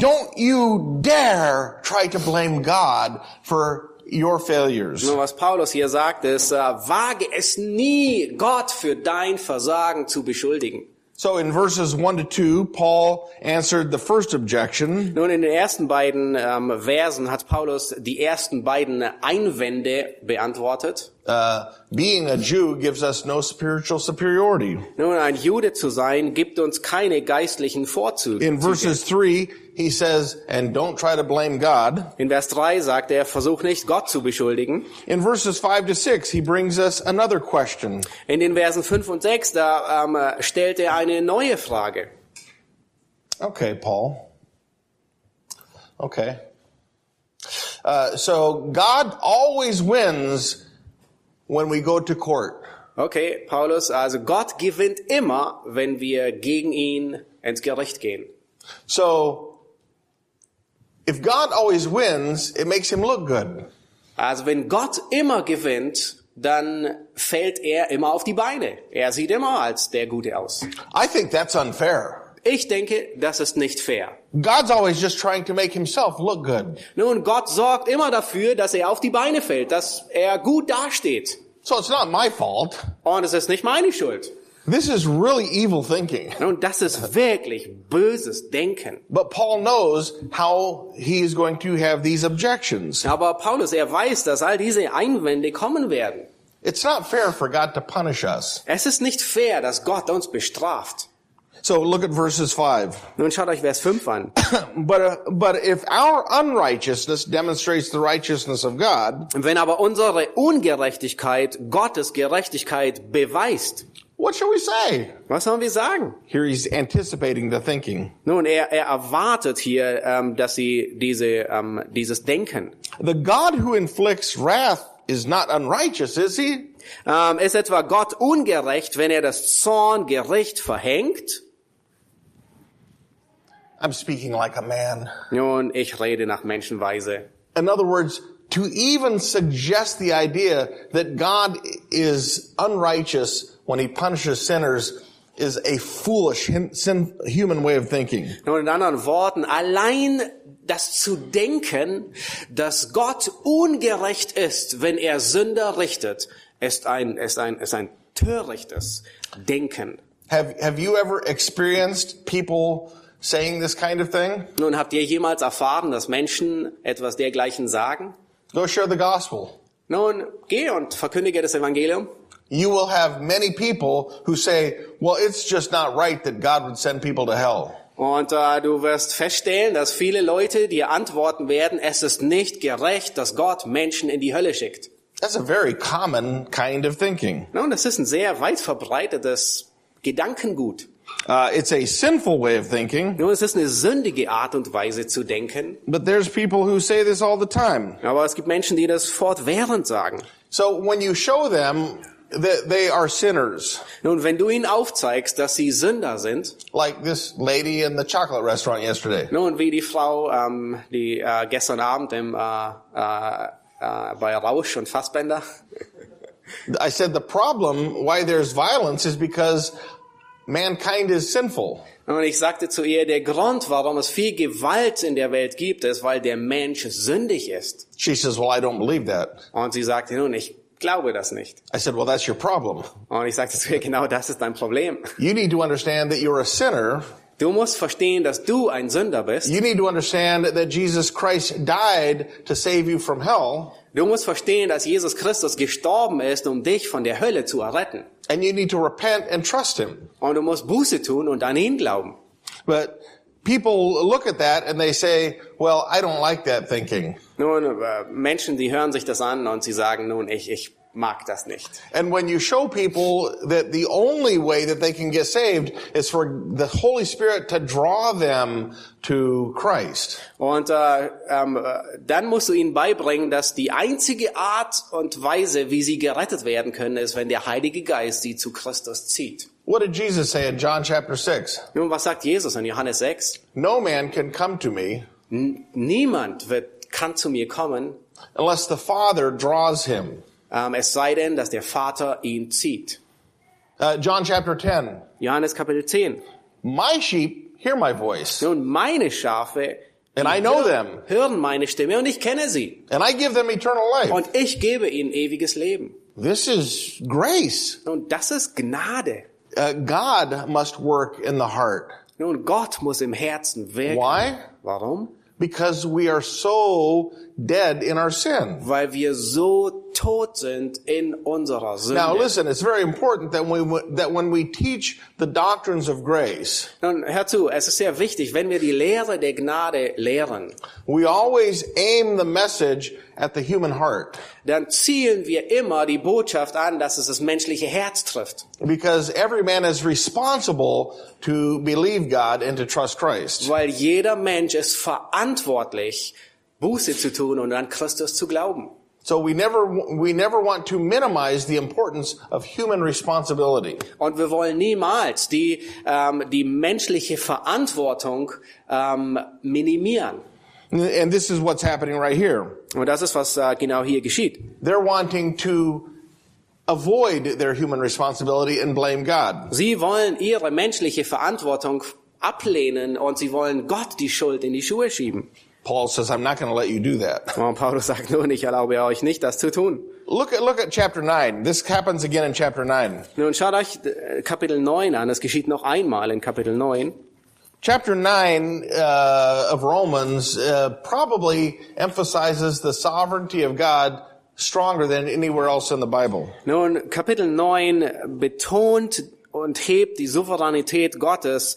A: don't you dare try to blame God for your failures.
B: Nur was Paulus hier sagt, ist, äh, wage es nie, Gott für dein Versagen zu beschuldigen.
A: So in verses 1 to 2, Paul answered the first objection,
B: Nun, in den ersten beiden ähm, Versen hat Paulus die ersten beiden Einwände beantwortet.
A: uh, being a Jew gives us no spiritual superiority.
B: Nun, ein Jude zu sein, gibt uns keine geistlichen Vorzüge.
A: In verses 3, he says, and don't try to blame God.
B: In Vers 3 sagt er, versuch nicht, Gott zu beschuldigen.
A: In verses 5 to 6, he brings us another question.
B: In den Versen 5 und 6, da ähm, äh, stellt er eine neue Frage.
A: Okay, Paul. Okay. Uh, so God always wins when we go to court.
B: Okay, Paulus, also Gott gewinnt immer, wenn wir gegen ihn ins Gericht gehen.
A: So if God always wins, it makes him look good.
B: Also wenn Gott immer gewinnt, dann fällt er immer auf die Beine. Er sieht immer als der Gute aus.
A: I think that's unfair.
B: Ich denke, das ist nicht fair.
A: God's always just trying to make himself look good.
B: Nun, Gott sorgt immer dafür, dass er auf die Beine fällt, dass er gut dasteht.
A: So it's not my fault.
B: Und es ist nicht meine Schuld.
A: This is really evil thinking.
B: Nun, das ist wirklich böses Denken.
A: But Paul knows how he is going to have these objections.
B: Aber Paulus, er weiß, dass all diese Einwände kommen werden.
A: It's not fair for God to punish us.
B: Es ist nicht fair, dass Gott uns bestraft.
A: So look at verses 5.
B: Nun schaut euch Vers 5 an.
A: <clears throat> But, uh, but if our unrighteousness demonstrates the righteousness of God,
B: Wenn aber unsere Ungerechtigkeit Gottes Gerechtigkeit beweist,
A: what shall we say?
B: was sollen wir sagen?
A: Here he's anticipating the thinking.
B: Nun, er, er erwartet hier, ähm, dass sie diese, ähm, dieses Denken.
A: The God who inflicts wrath is not unrighteous, is he?
B: Ähm, ist etwa Gott ungerecht, wenn er das Zorngericht verhängt?
A: I'm speaking like a man.
B: Nun, ich rede nach Menschenweise.
A: In other words, to even suggest the idea that God is unrighteous when he punishes sinners is a foolish hin- sin- human way of thinking.
B: Nun, in anderen Worten, allein das zu denken, dass Gott ungerecht ist, wenn er Sünder richtet, ist ein, ist ein, ist ein törichtes Denken.
A: Have, have you ever experienced people saying this kind of thing?
B: Nun, habt ihr jemals erfahren, dass Menschen etwas dergleichen sagen?
A: Go share the gospel.
B: Nun, geh und verkündige das Evangelium.
A: You will have many people who say, well, it's just not right that God would send people to hell.
B: Und äh, du wirst feststellen, dass viele Leute dir antworten werden, es ist nicht gerecht, dass Gott Menschen in die Hölle schickt.
A: That's a very common kind of thinking.
B: Nun, das ist ein sehr weit verbreitetes Gedankengut.
A: Uh, it's a sinful way of thinking,
B: Nun, es ist eine sündige Art und Weise zu denken,
A: but there's people who say this all the time.
B: aber es gibt Menschen, die das fortwährend sagen.
A: So when you show them that they are sinners,
B: Nun, wenn du ihnen aufzeigst, dass sie Sünder sind,
A: like this lady in the chocolate restaurant yesterday,
B: nun wie die Frau, ähm, die äh, gestern Abend im, äh, äh, äh, bei Rausch und Fassbender, <laughs>
A: I said the problem why there's violence is because mankind is sinful.
B: Und ich sagte zu ihr, der Grund, warum es viel Gewalt in der Welt gibt, ist, weil der Mensch sündig ist.
A: She says, well, I don't believe that.
B: Und sie sagte, nun, ich glaube das nicht.
A: I said, well, that's your problem.
B: Und ich sagte zu ihr, genau das ist dein Problem.
A: You need to understand that you're a sinner.
B: Du musst verstehen, dass du ein Sünder bist.
A: You need to understand that Jesus Christ died to save you from hell.
B: Du musst verstehen, dass Jesus Christus gestorben ist, um dich von der Hölle zu erretten.
A: And you need to repent and trust him.
B: Und du musst Buße tun und an ihn glauben.
A: But people look at that and they say, well, I don't like that thinking.
B: Nun, äh, Menschen, die hören sich das an und sie sagen, nun, ich, ich mag das nicht.
A: And when you show people that the only way that they can get saved is for the Holy Spirit to draw them to Christ,
B: Und äh, ähm, äh, dann musst du ihnen beibringen, dass die einzige Art und Weise, wie sie gerettet werden können, ist, wenn der Heilige Geist sie zu Christus zieht.
A: what did Jesus say in John chapter 6?
B: Nun, was sagt Jesus in Johannes 6?
A: No man can come to me
B: N niemand wird, kann zu mir kommen,
A: unless the Father draws him.
B: ähm, es sei denn, dass der Vater ihn zieht.
A: Uh, John chapter 10.
B: Johannes Kapitel 10.
A: My sheep hear my voice,
B: Nun, meine Schafe
A: and I know them,
B: hören meine Stimme und ich kenne sie.
A: and I give them eternal life.
B: Und ich gebe ihnen ewiges Leben.
A: This is grace.
B: Nun, das ist Gnade.
A: Uh, God must work in the heart.
B: Nun, Gott muss im Herzen wirken.
A: Why?
B: Warum?
A: Because we are so dead in our sin.
B: weil wir so tot sind in unserer
A: Now
B: Sünde.
A: listen, it's very important that when, that when we teach the doctrines of grace,
B: Nun, hör zu, es ist sehr wichtig, wenn wir die Lehre der Gnade lehren,
A: we always aim the message at the human heart.
B: dann zielen wir immer die Botschaft an, dass es das menschliche Herz trifft.
A: Because every man is responsible to believe God and to trust Christ.
B: Weil jeder Mensch ist verantwortlich, Buße zu tun und an Christus zu glauben.
A: So we never, we never want to minimize the importance of human responsibility.
B: Und wir wollen niemals die, ähm, die menschliche Verantwortung ähm, minimieren.
A: And this is what's happening right here.
B: Und das ist, was äh, genau hier geschieht.
A: They're wanting to avoid their human responsibility and blame God.
B: Sie wollen ihre menschliche Verantwortung ablehnen und sie wollen Gott die Schuld in die Schuhe schieben.
A: Paul says, I'm not going to let you do that.
B: Und Paulus sagt nun, ich erlaube euch nicht, das zu tun.
A: Look at look at chapter nine. This happens again in chapter nine.
B: Nun schaut euch äh, Kapitel 9 an, es geschieht noch einmal in Kapitel 9.
A: Chapter nine uh, of Romans uh, probably emphasizes the sovereignty of God stronger than anywhere else in the Bible.
B: Nun, Kapitel 9 betont und hebt die Souveränität Gottes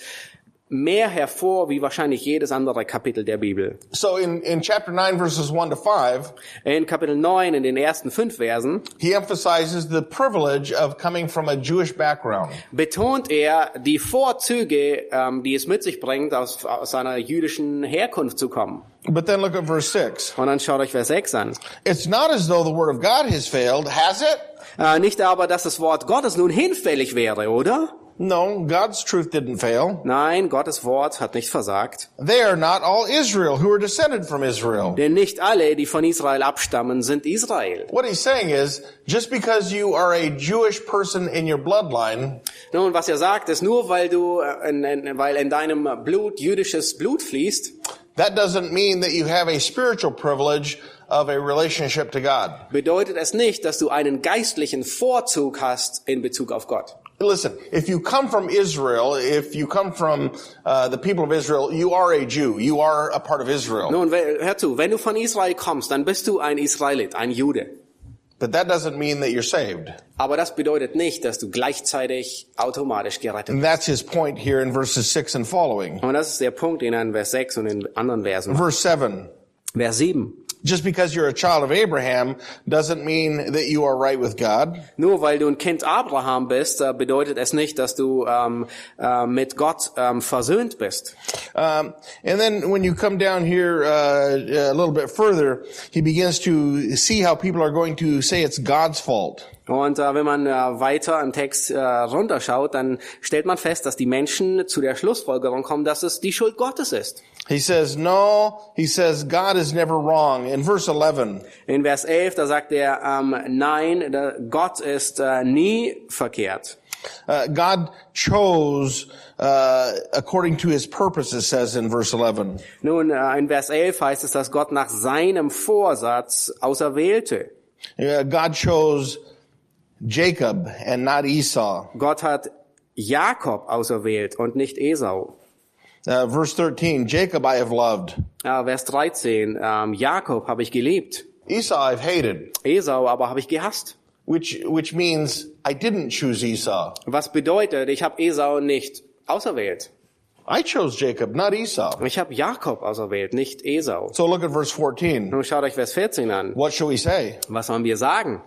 B: mehr hervor wie wahrscheinlich jedes andere Kapitel der Bibel.
A: So in in chapter nine verses one to five,
B: In Kapitel 9, in den ersten fünf Versen,
A: he emphasizes the privilege of coming from a Jewish background.
B: betont er die Vorzüge, ähm, die es mit sich bringt, aus, aus seiner jüdischen Herkunft zu kommen.
A: But then look at verse six.
B: Und dann schaut euch Vers 6 an.
A: It's not as though the word of God has failed, has it?
B: Äh, nicht aber, dass das Wort Gottes nun hinfällig wäre, oder?
A: No, God's truth didn't fail.
B: Nein, Gottes Wort hat nicht versagt.
A: They are not all Israel who are descended from Israel.
B: Denn nicht alle, die von Israel abstammen, sind Israel.
A: What he's saying is, just because you are a Jewish person in your bloodline,
B: Nun, was er sagt, ist nur, weil du, äh, in, in, weil in deinem Blut jüdisches Blut fließt,
A: that doesn't mean that you have a spiritual privilege of a relationship to God.
B: bedeutet es nicht, dass du einen geistlichen Vorzug hast in Bezug auf Gott.
A: Listen, if you come from Israel, if you come from uh, the people of Israel, you are a Jew. You are a part of Israel.
B: Nun, we- hör zu, wenn du von Israel kommst, dann bist du ein Israelit, ein Jude.
A: But that doesn't mean that you're saved.
B: Aber das bedeutet nicht, dass du gleichzeitig automatisch gerettet
A: And that's his point here in verses 6 and following.
B: bist. Und das ist der Punkt, den er in Vers 6 und in anderen Versen macht.
A: Verse 7.
B: Vers 7.
A: Just because you're a child of Abraham doesn't mean that you are right with God.
B: Nur weil du ein Kind Abraham bist, äh, bedeutet es nicht, dass du ähm, äh, mit Gott ähm, versöhnt bist.
A: Um, and then when you come down here uh, a little bit further, he begins to see how people are going to say it's God's fault.
B: Und äh, wenn man äh, weiter im Text äh, runterschaut, dann stellt man fest, dass die Menschen zu der Schlussfolgerung kommen, dass es die Schuld Gottes ist.
A: He says, no, he says, God is never wrong. In verse 11,
B: In Vers 11, da sagt er, ähm, nein, da, Gott ist äh, nie verkehrt.
A: uh, God chose uh, according to his purpose, it says in verse 11.
B: Nun, äh, in Vers 11 heißt es, dass Gott nach seinem Vorsatz auserwählte.
A: Uh, God chose Jacob and not Esau.
B: Gott hat Jakob auserwählt und nicht Esau.
A: Uh, verse 13, Jacob I have loved,
B: Äh, Vers 13, ähm, Jakob habe ich geliebt,
A: Esau I've hated,
B: Esau aber habe ich gehasst.
A: which, which means I didn't choose Esau.
B: Was bedeutet, ich habe Esau nicht auserwählt.
A: I chose Jacob, not Esau.
B: Ich habe Jakob auserwählt, nicht Esau.
A: So look at verse 14.
B: Nun schaut euch Vers 14 an.
A: What shall we say?
B: Was sollen wir sagen?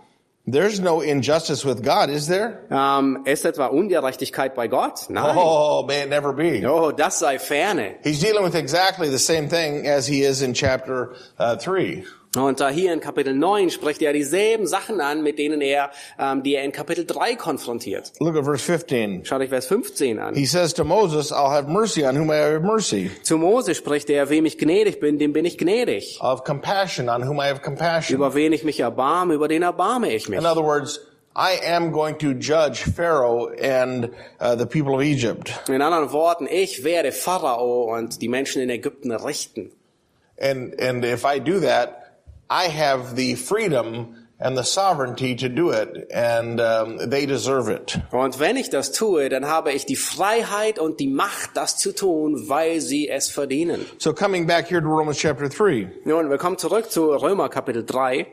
A: There's no injustice with God, is there?
B: Ähm, ist etwa Ungerechtigkeit bei Gott? Nein. Oh.
A: Oh, may it never be.
B: das sei ferne.
A: He's dealing with exactly the same thing as he is in chapter uh, 3.
B: Und äh, hier in Kapitel 9 spricht er dieselben Sachen an, mit denen er, ähm, die er in Kapitel 3 konfrontiert.
A: Look at verse 15.
B: Schaut euch Vers 15 an.
A: He says to Moses, I'll have mercy on whom I have mercy.
B: Zu Mose spricht er, wem ich gnädig bin, dem bin ich gnädig.
A: I'll have compassion on whom I have compassion.
B: Über wen ich mich erbarme, über den erbarme ich mich.
A: In other words, I am going to judge Pharaoh and uh, the people of Egypt.
B: In anderen Worten, ich werde Pharao und die Menschen in Ägypten richten.
A: And, and if I do that, I have the freedom and the sovereignty to do it, and um, they deserve it.
B: Und wenn ich das tue, dann habe ich die Freiheit und die Macht, das zu tun, weil sie es verdienen.
A: So coming back here to Romans chapter 3,
B: Nun, wir kommen zurück zu Römer Kapitel 3.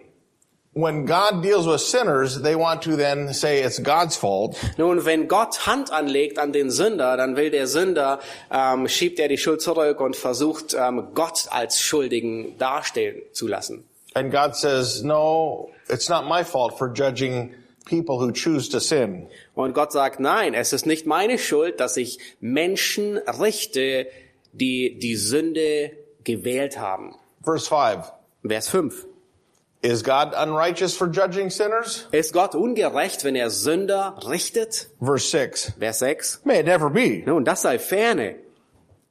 A: when God deals with sinners, they want to then say it's God's fault.
B: Nun, wenn Gott Hand anlegt an den Sünder, dann will der Sünder, ähm, schiebt er die Schuld zurück und versucht, ähm, Gott als Schuldigen darstellen zu lassen.
A: And God says, no, it's not my fault for judging people who choose to sin.
B: Und Gott sagt, nein, es ist nicht meine Schuld, dass ich Menschen richte, die die Sünde gewählt haben.
A: Verse 5,
B: Vers 5.
A: is God unrighteous for judging sinners?
B: Ist Gott ungerecht, wenn er Sünder richtet?
A: Verse 6,
B: Vers 6.
A: may it never be.
B: Nun, das sei ferne.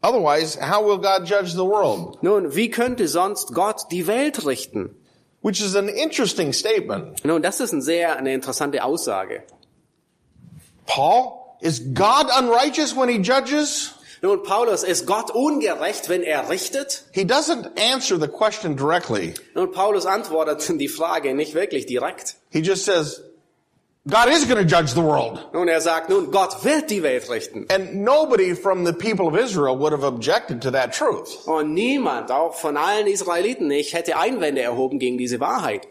A: Otherwise, how will God judge the world?
B: Nun, wie könnte sonst Gott die Welt richten?
A: Which is an interesting statement.
B: Nun, das ist ein sehr, eine interessante Aussage.
A: Paul, is God unrighteous when he judges?
B: Nun, Paulus, ist Gott ungerecht, wenn er richtet?
A: He doesn't answer the question directly.
B: Nun, Paulus antwortet <laughs> die Frage nicht wirklich direkt.
A: He just says, God is going to judge the world.
B: Nun, er sagt, nun, Gott wird die Welt richten.
A: And nobody from the people of Israel would have objected to that truth.
B: Und niemand, auch von allen Israeliten nicht, hätte Einwände erhoben gegen diese Wahrheit.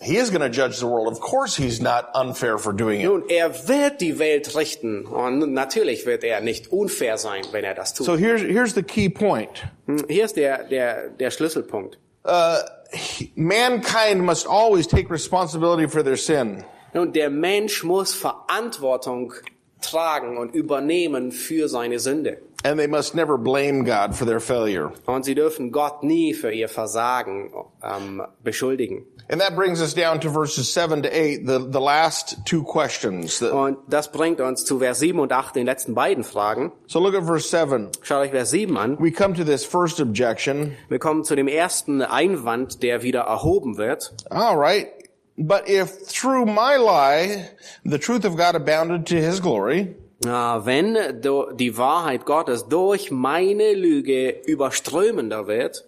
A: He is going to judge the world. Of course he's not unfair for doing it.
B: Nun, er wird die Welt richten. Und natürlich wird er nicht unfair sein, wenn er das tut.
A: So here's, here's the key point.
B: Hm, Hier ist der, der, der Schlüsselpunkt.
A: Uh, he- mankind must always take responsibility for their sin.
B: Nun, der Mensch muss Verantwortung tragen und übernehmen für seine Sünde.
A: And they must never blame God for their failure.
B: Und sie dürfen Gott nie für ihr Versagen ähm, beschuldigen.
A: And that brings us down to verses 7 to 8, the, the last two questions. The-
B: Und das bringt uns zu Vers 7 und 8, den letzten beiden Fragen.
A: so look at verse 7.
B: Schaut euch Vers 7 an.
A: We come to this first objection.
B: Wir kommen zu dem ersten Einwand, der wieder erhoben wird.
A: All right. But if through my lie the truth of God abounded to his glory,
B: Ah, wenn du- die Wahrheit Gottes durch meine Lüge überströmender wird,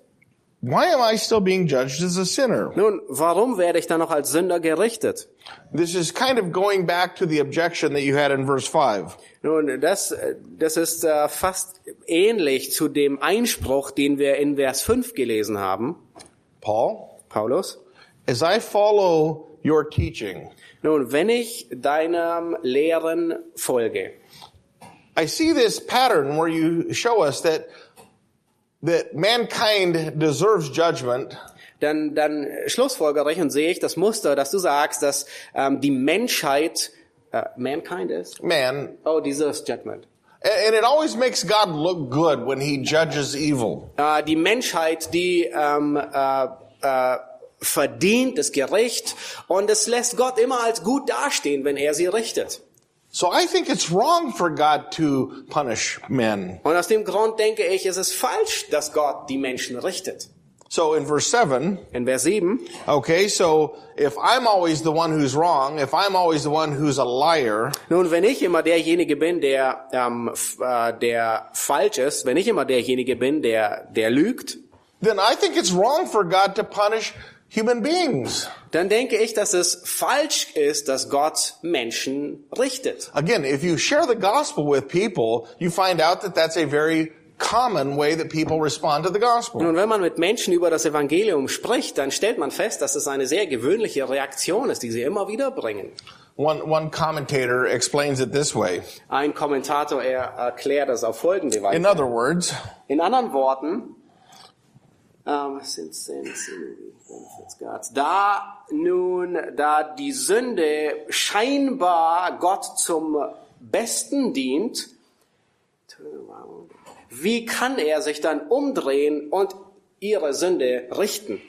A: why am I still being judged as a sinner?
B: nun, warum werde ich dann noch als Sünder gerichtet?
A: This is kind of going back to the objection that you had in verse 5.
B: Nun, das, äh, das ist äh, fast ähnlich zu dem Einspruch, den wir in Vers 5 gelesen haben,
A: Paul,
B: Paulus.
A: as I follow your teaching,
B: Nun, wenn ich deinem Lehren folge,
A: I see this pattern where you show us that that mankind deserves judgment
B: dann, dann schlussfolgere ich und sehe ich das Muster, dass du sagst, dass ähm, die Menschheit äh, mankind ist.
A: Man.
B: Oh, deserves judgment.
A: A- And it always makes God look good when he judges evil.
B: Äh, die Menschheit, die ähm, äh, äh, verdient das Gericht und es lässt Gott immer als gut dastehen, wenn er sie richtet.
A: So I think it's wrong for God to punish men.
B: Und aus dem Grund denke ich, ist es falsch, dass Gott die Menschen richtet.
A: So in verse 7,
B: In Vers 7,
A: okay, so if I'm always the one who's wrong, if I'm always the one who's a liar,
B: nun, wenn ich immer derjenige bin, der, ähm, f- äh, der falsch ist, wenn ich immer derjenige bin, der, der lügt,
A: then I think it's wrong for God to punish human beings.
B: dann denke ich, dass es falsch ist, dass Gott Menschen richtet.
A: Again, if you share the gospel with people, you find out that that's a very common way that people respond to the gospel.
B: Nun, wenn man mit Menschen über das Evangelium spricht, dann stellt man fest, dass es eine sehr gewöhnliche Reaktion ist, die sie immer wieder bringen.
A: One, one commentator explains it this way.
B: Ein Kommentator er erklärt das auf folgende Weise.
A: In other words,
B: In anderen Worten, ähm, was sind's denn? Was sind die Gods? da nun, da die Sünde scheinbar Gott zum Besten dient, wie kann er sich dann umdrehen und ihre Sünde richten?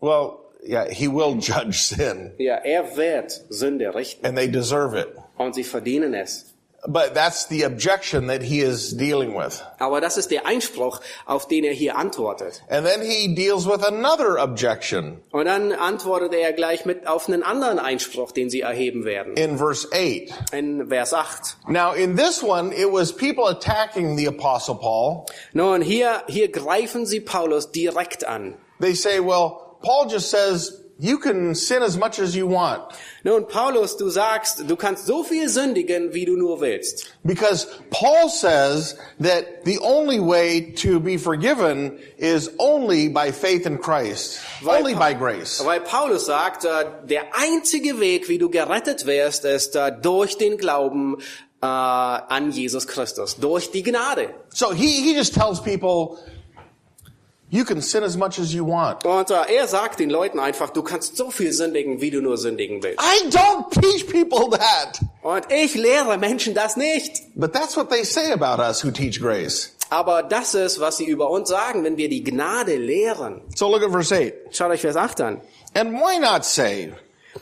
A: well, yeah, he will judge <laughs> sin
B: Ja, er wird Sünde richten
A: and they deserve it.
B: und sie verdienen es.
A: But that's the objection that he is dealing with.
B: Aber das ist der Einspruch, auf den er hier antwortet.
A: And then he deals with another objection
B: Und dann antwortet er gleich mit auf einen anderen Einspruch, den sie erheben werden.
A: in verse 8.
B: in Vers 8.
A: Now, in this one, it was people attacking the apostle Paul.
B: Nun, hier, hier greifen sie Paulus direkt an.
A: They say, well, Paul just says, you can sin as much as you want
B: Nun, Paulus, du sagst, du kannst so viel sündigen, wie du nur willst.
A: because Paul says that the only way to be forgiven is only by faith in Christ, only by grace.
B: Weil Paulus sagt, äh, der einzige Weg, wie du gerettet wirst, ist äh, durch den Glauben äh, an Jesus Christus, durch die Gnade.
A: So he, he just tells people, you can sin as much as you want.
B: Und äh, er sagt den Leuten einfach, du kannst so viel sündigen, wie du nur sündigen willst.
A: I don't teach people that.
B: Und ich lehre Menschen das nicht.
A: But that's what they say about us who teach grace.
B: Aber das ist, was sie über uns sagen, wenn wir die Gnade lehren.
A: So look at verse 8.
B: Schaut euch Vers 8 an.
A: And why not say,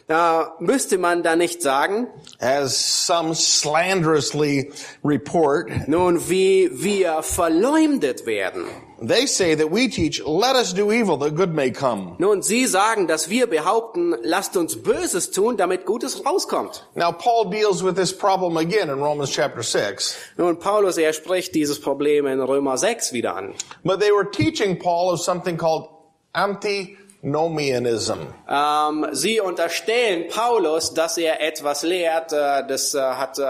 B: Da müsste man da nicht sagen,
A: as some slanderously report,
B: nun wie wir verleumdet werden.
A: They say that we teach, let us do evil that good may come.
B: Nun, sie sagen, dass wir behaupten, lasst uns Böses tun, damit Gutes rauskommt.
A: Now, Paul deals with this problem again in Romans chapter 6.
B: Nun, Paulus, er spricht dieses Problem in Römer 6 wieder an.
A: But they were teaching Paul of something called antinomianism.
B: Ähm, sie unterstellen Paulus, dass er etwas lehrt, äh, das äh, hat äh,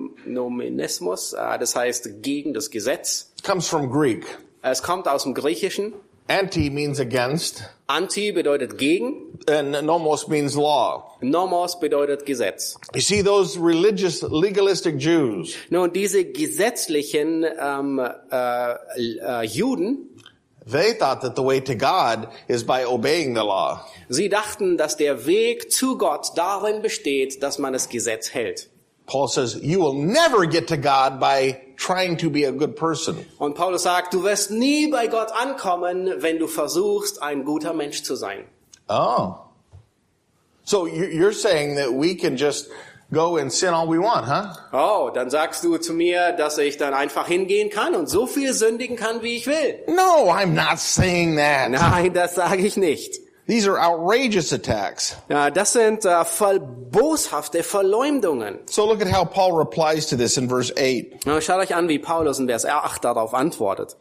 B: Antinomismus, äh, das heißt gegen das Gesetz.
A: It comes from Greek.
B: Es kommt aus dem Griechischen.
A: Anti means against,
B: Anti bedeutet gegen.
A: and nomos means law.
B: Nomos bedeutet Gesetz.
A: You see, those religious, legalistic Jews,
B: Nun, diese gesetzlichen ähm, äh, äh, Juden,
A: they thought that the way to God is by obeying the law.
B: sie dachten, dass der Weg zu Gott darin besteht, dass man das Gesetz hält.
A: Paul says, you will never get to God by trying to be a good person.
B: Und Paulus sagt, du wirst nie bei Gott ankommen, wenn du versuchst, ein guter Mensch zu sein.
A: Oh. So you- you're saying that we can just go and sin all we want, huh?
B: Oh, dann sagst du zu mir, dass ich dann einfach hingehen kann und so viel sündigen kann, wie ich will.
A: No, I'm not saying that.
B: Nein, das sage ich nicht.
A: These are outrageous attacks.
B: Ja, das sind äh, voll boshafte Verleumdungen.
A: So look at how Paul replies to this in verse 8.
B: Na, Schaut euch an, wie Paulus in Vers 8 darauf antwortet.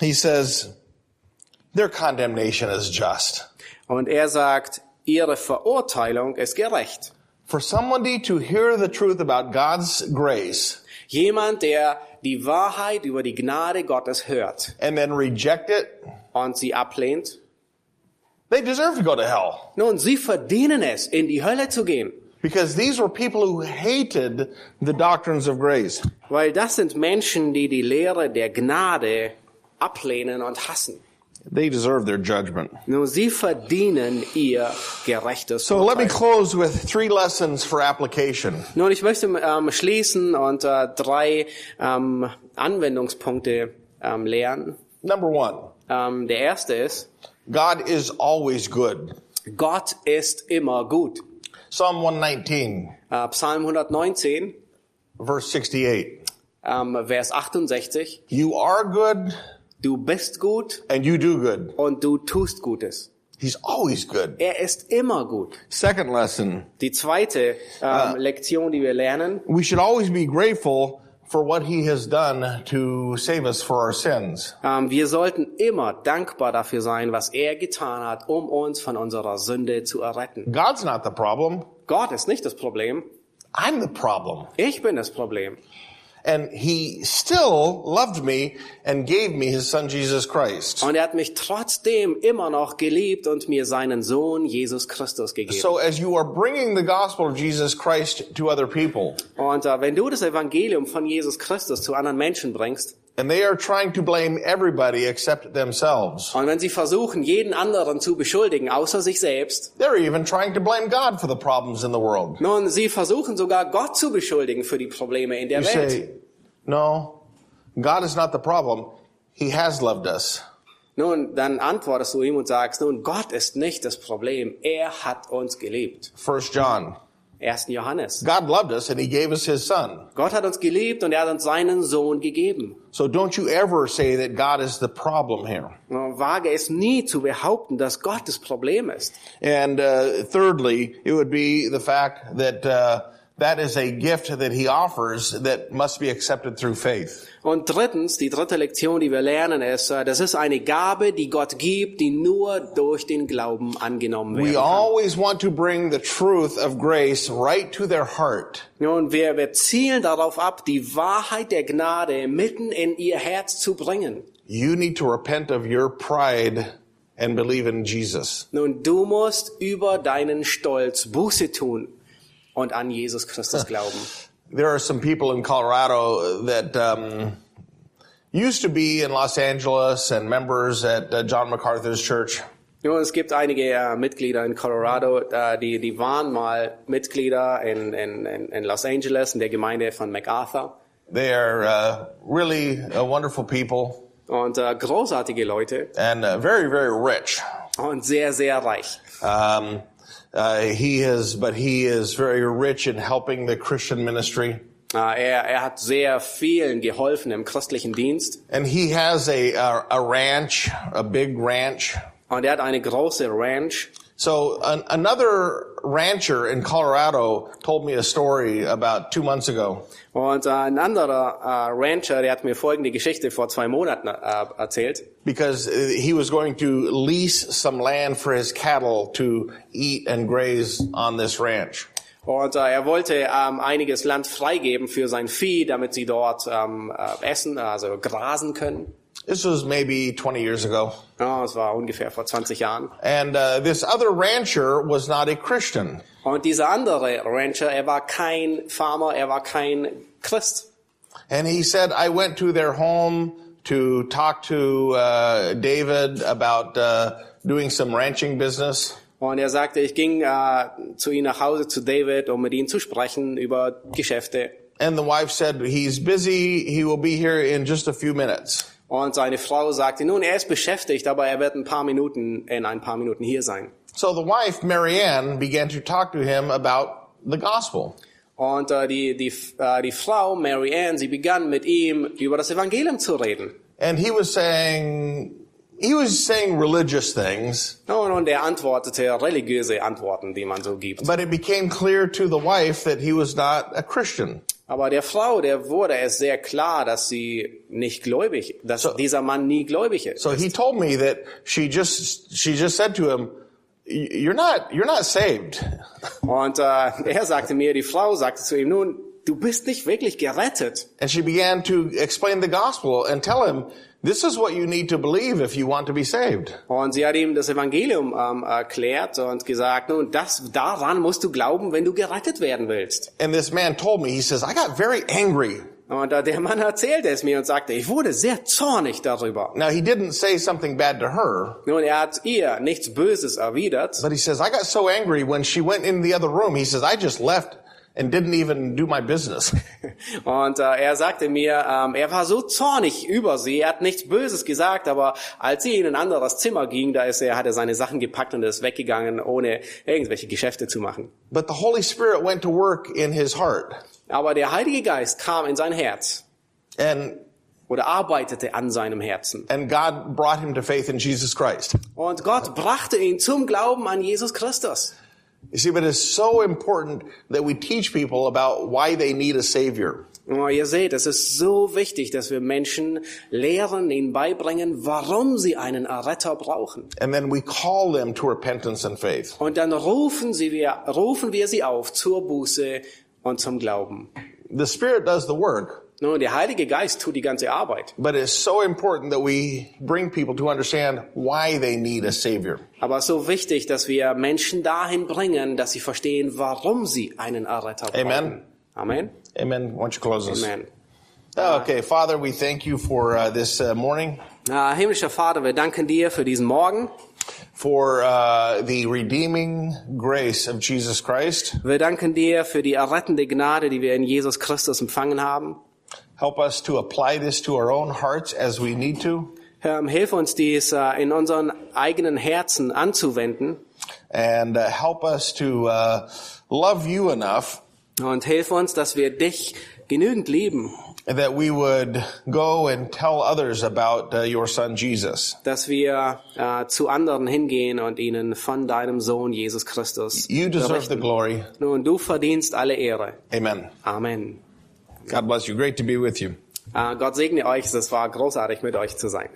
A: He says, Their condemnation is just.
B: Und er sagt, ihre Verurteilung ist gerecht.
A: For somebody to hear the truth about God's grace
B: Jemand, der die Wahrheit über die Gnade Gottes hört
A: and then reject it,
B: und sie ablehnt.
A: they deserve to go to hell.
B: Nun, sie verdienen es, in die Hölle zu gehen.
A: Because these were people who hated the doctrines of grace.
B: Weil das sind Menschen, die die Lehre der Gnade ablehnen und hassen.
A: They deserve their judgment.
B: Nun, sie verdienen ihr gerechtes
A: So let me
B: Urteil.
A: close with three lessons for application.
B: Nun, ich möchte ähm, schließen und äh, drei ähm, Anwendungspunkte ähm, lernen.
A: Number one,
B: Ähm, der erste ist,
A: God is always good.
B: Gott ist immer gut.
A: Psalm 119,
B: Äh, Psalm 119,
A: verse 68.
B: ähm, Vers 68.
A: You are good
B: Du bist gut
A: and you do good.
B: und du tust Gutes.
A: He's always good.
B: Er ist immer gut.
A: Second lesson,
B: Die zweite ähm, Lektion, die wir lernen,
A: we should always be grateful for what he has done to save us for our sins.
B: ähm, wir sollten immer dankbar dafür sein, was er getan hat, um uns von unserer Sünde zu erretten.
A: God's not the problem.
B: Gott ist nicht das Problem.
A: I'm the problem.
B: Ich bin das Problem.
A: And he still loved me and gave me his son Jesus Christ.
B: Und er hat mich trotzdem immer noch geliebt und mir seinen Sohn Jesus Christus gegeben.
A: So as you are bringing the gospel of Jesus Christ to other people
B: Und äh, wenn du das Evangelium von Jesus Christus zu anderen Menschen bringst,
A: and they are trying to blame everybody except themselves,
B: und wenn sie versuchen, jeden anderen zu beschuldigen, außer sich selbst,
A: they're even trying to blame God for the problems in the world.
B: nun, sie versuchen sogar Gott zu beschuldigen für die Probleme in der
A: You
B: Welt.
A: say, no, God is not the problem. He has loved us.
B: Nun, dann antwortest du ihm und sagst, nun, Gott ist nicht das Problem. Er hat uns geliebt.
A: First John.
B: 1. Johannes.
A: God loved us and he gave us his son.
B: Gott hat uns geliebt und er hat uns seinen Sohn gegeben.
A: So don't you ever say that God is the problem here.
B: Nun, Wage es nie zu behaupten, dass Gott das Problem ist.
A: And uh, thirdly, it would be the fact that uh, that is a gift that he offers that must be accepted through faith.
B: Und drittens, die dritte Lektion, die wir lernen, ist, äh, das ist eine Gabe, die Gott gibt, die nur durch den Glauben angenommen
A: We
B: wird.
A: always want to bring the truth of grace right to their heart.
B: Nun, wir, wir zielen darauf ab, die Wahrheit der Gnade mitten in ihr Herz zu bringen.
A: You need to repent of your pride and believe in Jesus.
B: Nun, du musst über deinen Stolz Buße tun und an Jesus Christus glauben.
A: There are some people in Colorado that um, used to be in Los Angeles and members at uh, John MacArthur's church.
B: Nun, es gibt einige äh, Mitglieder in Colorado, äh, die, die waren mal Mitglieder in, in, in in Los Angeles, in der Gemeinde von MacArthur.
A: They are uh, really uh, wonderful people
B: Und äh, großartige Leute
A: and uh, very, very rich.
B: und sehr, sehr reich.
A: Um, uh, he is, but he is very rich in helping the Christian ministry.
B: Äh, er, er hat sehr vielen geholfen im christlichen Dienst.
A: And he has a, a, a ranch, a big ranch.
B: Und er hat eine große Ranch.
A: So an, another rancher in Colorado told me a story about two months ago.
B: Und äh, ein anderer äh, Rancher, der hat mir folgende Geschichte vor zwei Monaten äh, erzählt.
A: Because uh, he was going to lease some land for his cattle to eat and graze on this ranch.
B: Und äh, er wollte ähm, einiges Land freigeben für sein Vieh, damit sie dort ähm, äh, essen, also grasen können.
A: This was maybe 20 years ago.
B: Ja, das war ungefähr vor 20 Jahren.
A: And uh, this other rancher was not a Christian.
B: Und dieser andere Rancher, er war kein Farmer, er war kein Christ.
A: And he said, I went to their home to talk to uh, David about uh, doing some ranching business.
B: Und er sagte, ich ging äh, zu ihm nach Hause, zu David, um mit ihm zu sprechen über Geschäfte.
A: And the wife said, He's busy. He will be here in just a few minutes.
B: Und seine Frau sagte, nun, er ist beschäftigt, aber er wird ein paar Minuten, in ein paar Minuten hier sein.
A: So the wife, Marianne, began to talk to him about the gospel.
B: Und äh, die, die, äh, die Frau, Mary Ann, sie begann mit ihm über das Evangelium zu reden.
A: And he was saying, he was saying religious things,
B: Und, und er antwortete religiöse Antworten, die man so gibt.
A: but it became clear to the wife that he was not a Christian.
B: Aber der Frau, der wurde es sehr klar, dass sie nicht gläubig, dass dieser Mann nie gläubig ist.
A: So he told me that she just, she just said to him, "Y- you're not, you're not saved.
B: Und äh, er sagte mir, die Frau sagte zu ihm, nun, du bist nicht wirklich gerettet.
A: And she began to explain the gospel and tell him, this is what you need to believe if you want to be saved.
B: Und sie hat ihm das Evangelium ähm, erklärt und gesagt, nun, das, daran musst du glauben, wenn du gerettet werden willst.
A: And this man told me, he says, I got very angry.
B: Und äh, der Mann erzählte es mir und sagte, ich wurde sehr zornig darüber.
A: Now, he didn't say something bad to her,
B: Nun, er hat ihr nichts Böses erwidert,
A: but he says, I got so angry when she went in the other room. He says, I just left and didn't even do my business.
B: Und äh, er sagte mir, ähm, er war so zornig über sie, er hat nichts Böses gesagt, aber als sie in ein anderes Zimmer ging, da ist er, hat er seine Sachen gepackt und ist weggegangen, ohne irgendwelche Geschäfte zu machen.
A: But the Holy Spirit went to work in his heart
B: Aber der Heilige Geist kam in sein Herz
A: and,
B: oder arbeitete an seinem Herzen.
A: and God brought him to faith in Jesus Christ.
B: Und Gott brachte ihn zum Glauben an Jesus Christus.
A: You see, but it's so important that we teach people about why they need a savior.
B: Oh, ihr seht, es ist so wichtig, dass wir Menschen lehren, ihnen beibringen, warum sie einen Erretter brauchen.
A: And then we call them to repentance and faith.
B: Und dann rufen, sie wir, rufen wir sie auf zur Buße und zum Glauben.
A: The Spirit does the work,
B: Nun, der Heilige Geist tut die ganze Arbeit.
A: but it's so important that we bring people to understand why they need a savior.
B: Aber es ist so wichtig, dass wir Menschen dahin bringen, dass sie verstehen, warum sie einen Erretter brauchen.
A: Amen.
B: Amen.
A: Amen. Why don't you close us?
B: Amen.
A: Okay, Father, we thank you for uh, this uh, morning,
B: Ah, himmlischer Vater, wir danken dir für diesen Morgen.
A: for uh, the redeeming grace of Jesus Christ.
B: Wir danken dir für die errettende Gnade, die wir in Jesus Christus empfangen haben.
A: Help us to apply this to our own hearts as we need to,
B: Herr, hilf uns dies äh, in unseren eigenen Herzen anzuwenden
A: and uh, help us to uh, love you enough
B: und hilf uns, dass wir dich genügend lieben,
A: that we would go and tell others about uh, your son Jesus.
B: dass wir äh, zu anderen hingehen und ihnen von deinem Sohn Jesus Christus.
A: You deserve the glory.
B: Nun, du verdienst alle Ehre.
A: Amen.
B: Amen.
A: God bless you. Great to be with you.
B: Äh, Gott segne euch. Es war großartig, mit euch zu sein.